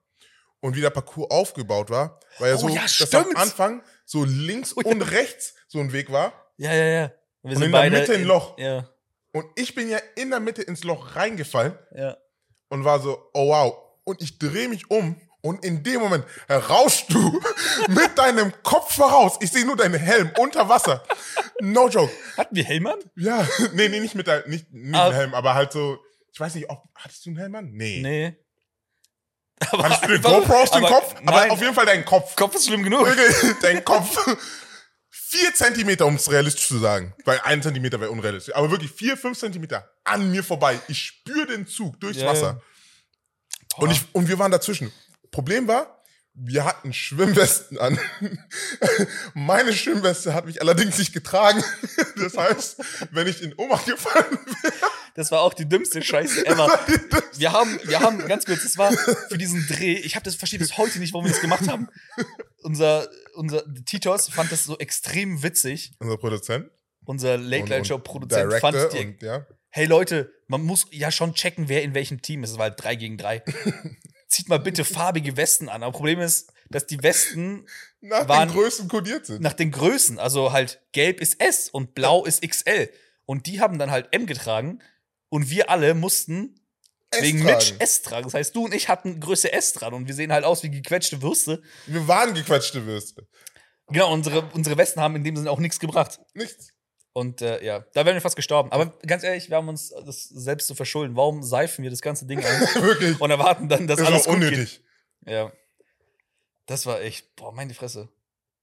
Speaker 2: Und wie der Parcours aufgebaut war, war ja
Speaker 1: Oh
Speaker 2: so,
Speaker 1: ja,
Speaker 2: dass am
Speaker 1: stimmt.
Speaker 2: Anfang so links
Speaker 1: Oh ja.
Speaker 2: und rechts so ein Weg war.
Speaker 1: Ja, ja, ja. Wir
Speaker 2: Und in der Mitte ein
Speaker 1: in-
Speaker 2: Loch.
Speaker 1: Ja,
Speaker 2: Und ich bin ja in der Mitte ins Loch reingefallen
Speaker 1: ja.
Speaker 2: und war so, oh wow. Und ich drehe mich um und in dem Moment rauschst du [LAUGHS] mit deinem Kopf voraus. Ich sehe nur deinen Helm unter Wasser. No joke.
Speaker 1: Hatten wir Hellmann?
Speaker 2: Ja, [LAUGHS] nee, nee, nicht mit deinem nicht, nicht
Speaker 1: Ah.
Speaker 2: den Helm, aber halt so, ich weiß nicht, ob, hattest du einen Helm an? Nee.
Speaker 1: Nee. [LAUGHS] Aber
Speaker 2: Hattest
Speaker 1: [LAUGHS]
Speaker 2: du den
Speaker 1: einfach-
Speaker 2: GoPro auf den
Speaker 1: aber-
Speaker 2: Kopf?
Speaker 1: nein,
Speaker 2: Aber auf jeden Fall deinen Kopf.
Speaker 1: Kopf ist schlimm genug.
Speaker 2: Wirklich, [LAUGHS] Dein Kopf. Vier Zentimeter, um es realistisch zu sagen. Weil ein Zentimeter wäre unrealistisch. Aber wirklich vier, fünf Zentimeter an mir vorbei. Ich spüre den Zug durchs
Speaker 1: Ja, ja.
Speaker 2: Wasser. Und, ich, und wir waren dazwischen. Problem war, Wir hatten Schwimmwesten an. [LAUGHS] Meine Schwimmweste hat mich allerdings nicht getragen. [LAUGHS] Das heißt, wenn ich in Ohnmacht gefallen
Speaker 1: Das war auch die dümmste Scheiße
Speaker 2: [LAUGHS]
Speaker 1: ever. Wir haben, wir haben, ganz kurz, das war für diesen Dreh, ich habe das, verstehe bis heute nicht, warum wir das gemacht haben. Unser, unser Titos fand das so extrem witzig.
Speaker 2: Unser Produzent.
Speaker 1: Unser Late
Speaker 2: und-
Speaker 1: Night
Speaker 2: und
Speaker 1: Show Produzent
Speaker 2: Director
Speaker 1: fand die,
Speaker 2: und, ja.
Speaker 1: hey Leute, man muss ja schon checken, wer in welchem Team ist. Es war halt drei gegen
Speaker 2: [LAUGHS]
Speaker 1: drei. Zieht mal bitte farbige Westen an. Aber Problem ist, dass die Westen
Speaker 2: Nach
Speaker 1: Waren-
Speaker 2: den Größen kodiert sind.
Speaker 1: nach den Größen, also halt gelb ist S und blau ist XL. Und die haben dann halt M getragen und wir alle mussten
Speaker 2: S
Speaker 1: wegen
Speaker 2: tragen.
Speaker 1: Mitch S tragen. Das heißt, du und ich hatten Größe S dran und wir sehen halt aus wie gequetschte Würste.
Speaker 2: Wir waren gequatschte Würste.
Speaker 1: Genau, unsere, unsere Westen haben in dem Sinne auch nichts gebracht.
Speaker 2: Nichts. [LAUGHS]
Speaker 1: Und äh, ja, da wären wir fast gestorben. Aber ganz ehrlich, wir haben uns äh, das selbst zu verschulden. Warum seifen wir das ganze Ding
Speaker 2: [LAUGHS]
Speaker 1: ein
Speaker 2: Wirklich.
Speaker 1: und erwarten dann, dass
Speaker 2: Das ist
Speaker 1: alles
Speaker 2: auch
Speaker 1: gut geht?
Speaker 2: unnötig.
Speaker 1: Ja. Das war echt, boah, meine Fresse.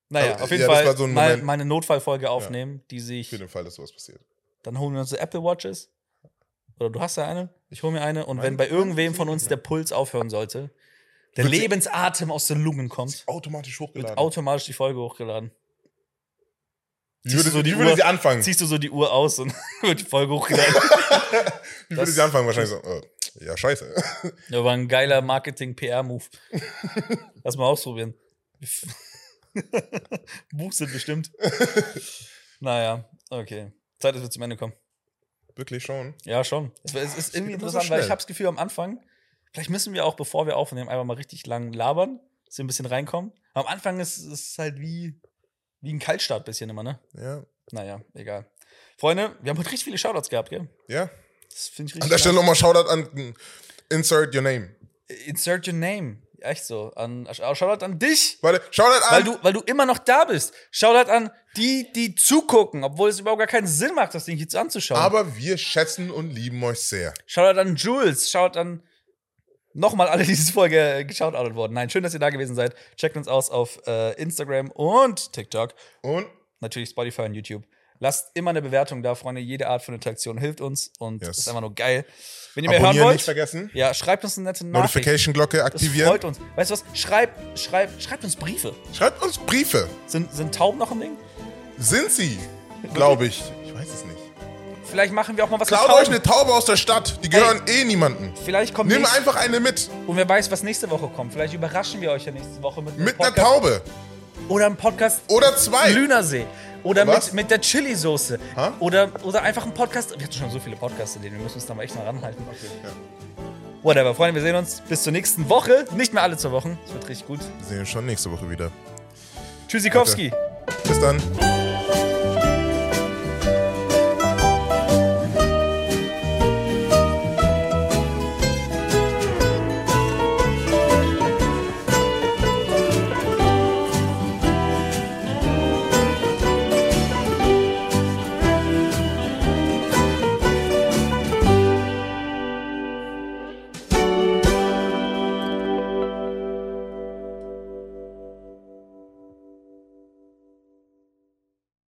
Speaker 1: Naja,
Speaker 2: Aber,
Speaker 1: auf jeden
Speaker 2: Also, ja, das
Speaker 1: Fall
Speaker 2: war so ein
Speaker 1: mal,
Speaker 2: Moment-
Speaker 1: mal eine Notfallfolge aufnehmen, die sich.
Speaker 2: Für den Fall, dass sowas passiert.
Speaker 1: Dann holen wir uns so Apple Watches. Oder du hast ja eine, ich hole mir eine. Und wenn
Speaker 2: Meine-
Speaker 1: bei irgendwem von uns
Speaker 2: Ja.
Speaker 1: der Puls aufhören sollte, der
Speaker 2: Wird sie-
Speaker 1: Lebensatem aus den Lungen kommt,
Speaker 2: Automatisch
Speaker 1: wird
Speaker 2: hochgeladen.
Speaker 1: automatisch die Folge hochgeladen.
Speaker 2: wie
Speaker 1: ziehst
Speaker 2: würde,
Speaker 1: du so die
Speaker 2: wie würde
Speaker 1: Uhr-
Speaker 2: sie anfangen?
Speaker 1: Ziehst du so die Uhr aus und [LAUGHS] wird die Folge hochgeladen.
Speaker 2: Wie würde
Speaker 1: das-
Speaker 2: sie anfangen? Wahrscheinlich so, äh, ja, scheiße. [LAUGHS]
Speaker 1: Das war ein geiler Marketing-PR-Move. Lass mal
Speaker 2: [LAUGHS]
Speaker 1: ausprobieren. Boostet bestimmt. Naja, okay. Zeit, dass wir zum Ende kommen.
Speaker 2: Wirklich schon.
Speaker 1: Ja, schon. Es, es ist irgendwie
Speaker 2: geht immer so
Speaker 1: interessant, weil ich
Speaker 2: schnell.
Speaker 1: habe das Gefühl, am Anfang, vielleicht müssen wir auch, bevor wir aufnehmen, einfach mal richtig lang labern, dass wir ein bisschen reinkommen. Am Anfang ist es halt wie, wie ein Kaltstart bisschen immer, ne?
Speaker 2: Ja.
Speaker 1: Naja, egal. Freunde, wir haben heute richtig viele Shoutouts gehabt, gell?
Speaker 2: Ja.
Speaker 1: Das finde ich richtig.
Speaker 2: An der Stelle nochmal Shoutout an Insert Your Name.
Speaker 1: nice. Insert your name. Echt so. An, Shoutout an dich.
Speaker 2: Warte, Shoutout an.
Speaker 1: Weil du, weil du immer noch da bist. Shoutout an die, die zugucken, obwohl es überhaupt gar keinen Sinn macht, das Ding jetzt anzuschauen.
Speaker 2: aber wir schätzen und lieben euch sehr.
Speaker 1: Shoutout an Jules, Shoutout an nochmal alle, die diese Folge äh, geshoutoutet wurden. Nein, schön, dass ihr da gewesen seid. Checkt uns aus auf äh, Instagram und TikTok.
Speaker 2: Und
Speaker 1: Natürlich Spotify und YouTube. Lasst immer eine Bewertung da, Freunde. Jede Art von Interaktion hilft uns und
Speaker 2: Yes.
Speaker 1: ist einfach nur geil. Wenn ihr mehr hören
Speaker 2: abonnieren nicht
Speaker 1: wollt,
Speaker 2: vergessen.
Speaker 1: ja, schreibt uns eine nette Nachricht.
Speaker 2: Notification-Glocke
Speaker 1: Das freut
Speaker 2: aktivieren.
Speaker 1: uns. Weißt du was? Schreibt, schreibt, schreibt uns Briefe.
Speaker 2: Schreibt uns Briefe.
Speaker 1: Sind, sind Tauben noch im Ding?
Speaker 2: Sind sie? Glaube ich. Ich weiß es nicht.
Speaker 1: Vielleicht machen wir auch mal was
Speaker 2: Klaut
Speaker 1: mit
Speaker 2: euch
Speaker 1: Tauben.
Speaker 2: eine Taube aus der Stadt. Die gehören eh niemandem.
Speaker 1: Vielleicht kommt
Speaker 2: Nimm
Speaker 1: nächste,
Speaker 2: einfach eine mit.
Speaker 1: und wer weiß, was nächste Woche kommt. Vielleicht überraschen wir euch ja nächste Woche mit einem
Speaker 2: Mit einer
Speaker 1: Podcast
Speaker 2: Taube.
Speaker 1: oder einem Podcast
Speaker 2: Oder zwei.
Speaker 1: Lühnersee. Oder
Speaker 2: Was?
Speaker 1: mit, mit der Chili-Soße.
Speaker 2: Ha?
Speaker 1: Oder, oder einfach ein Podcast. Wir hatten schon so viele Podcasts, in denen wir müssen uns da mal echt mal ranhalten.
Speaker 2: Ja.
Speaker 1: Whatever, Freunde, wir sehen uns bis zur nächsten Woche. Nicht mehr alle zwei Wochen. Es wird richtig gut.
Speaker 2: Wir sehen uns schon nächste Woche wieder.
Speaker 1: Tschüssikowski.
Speaker 2: Bis dann.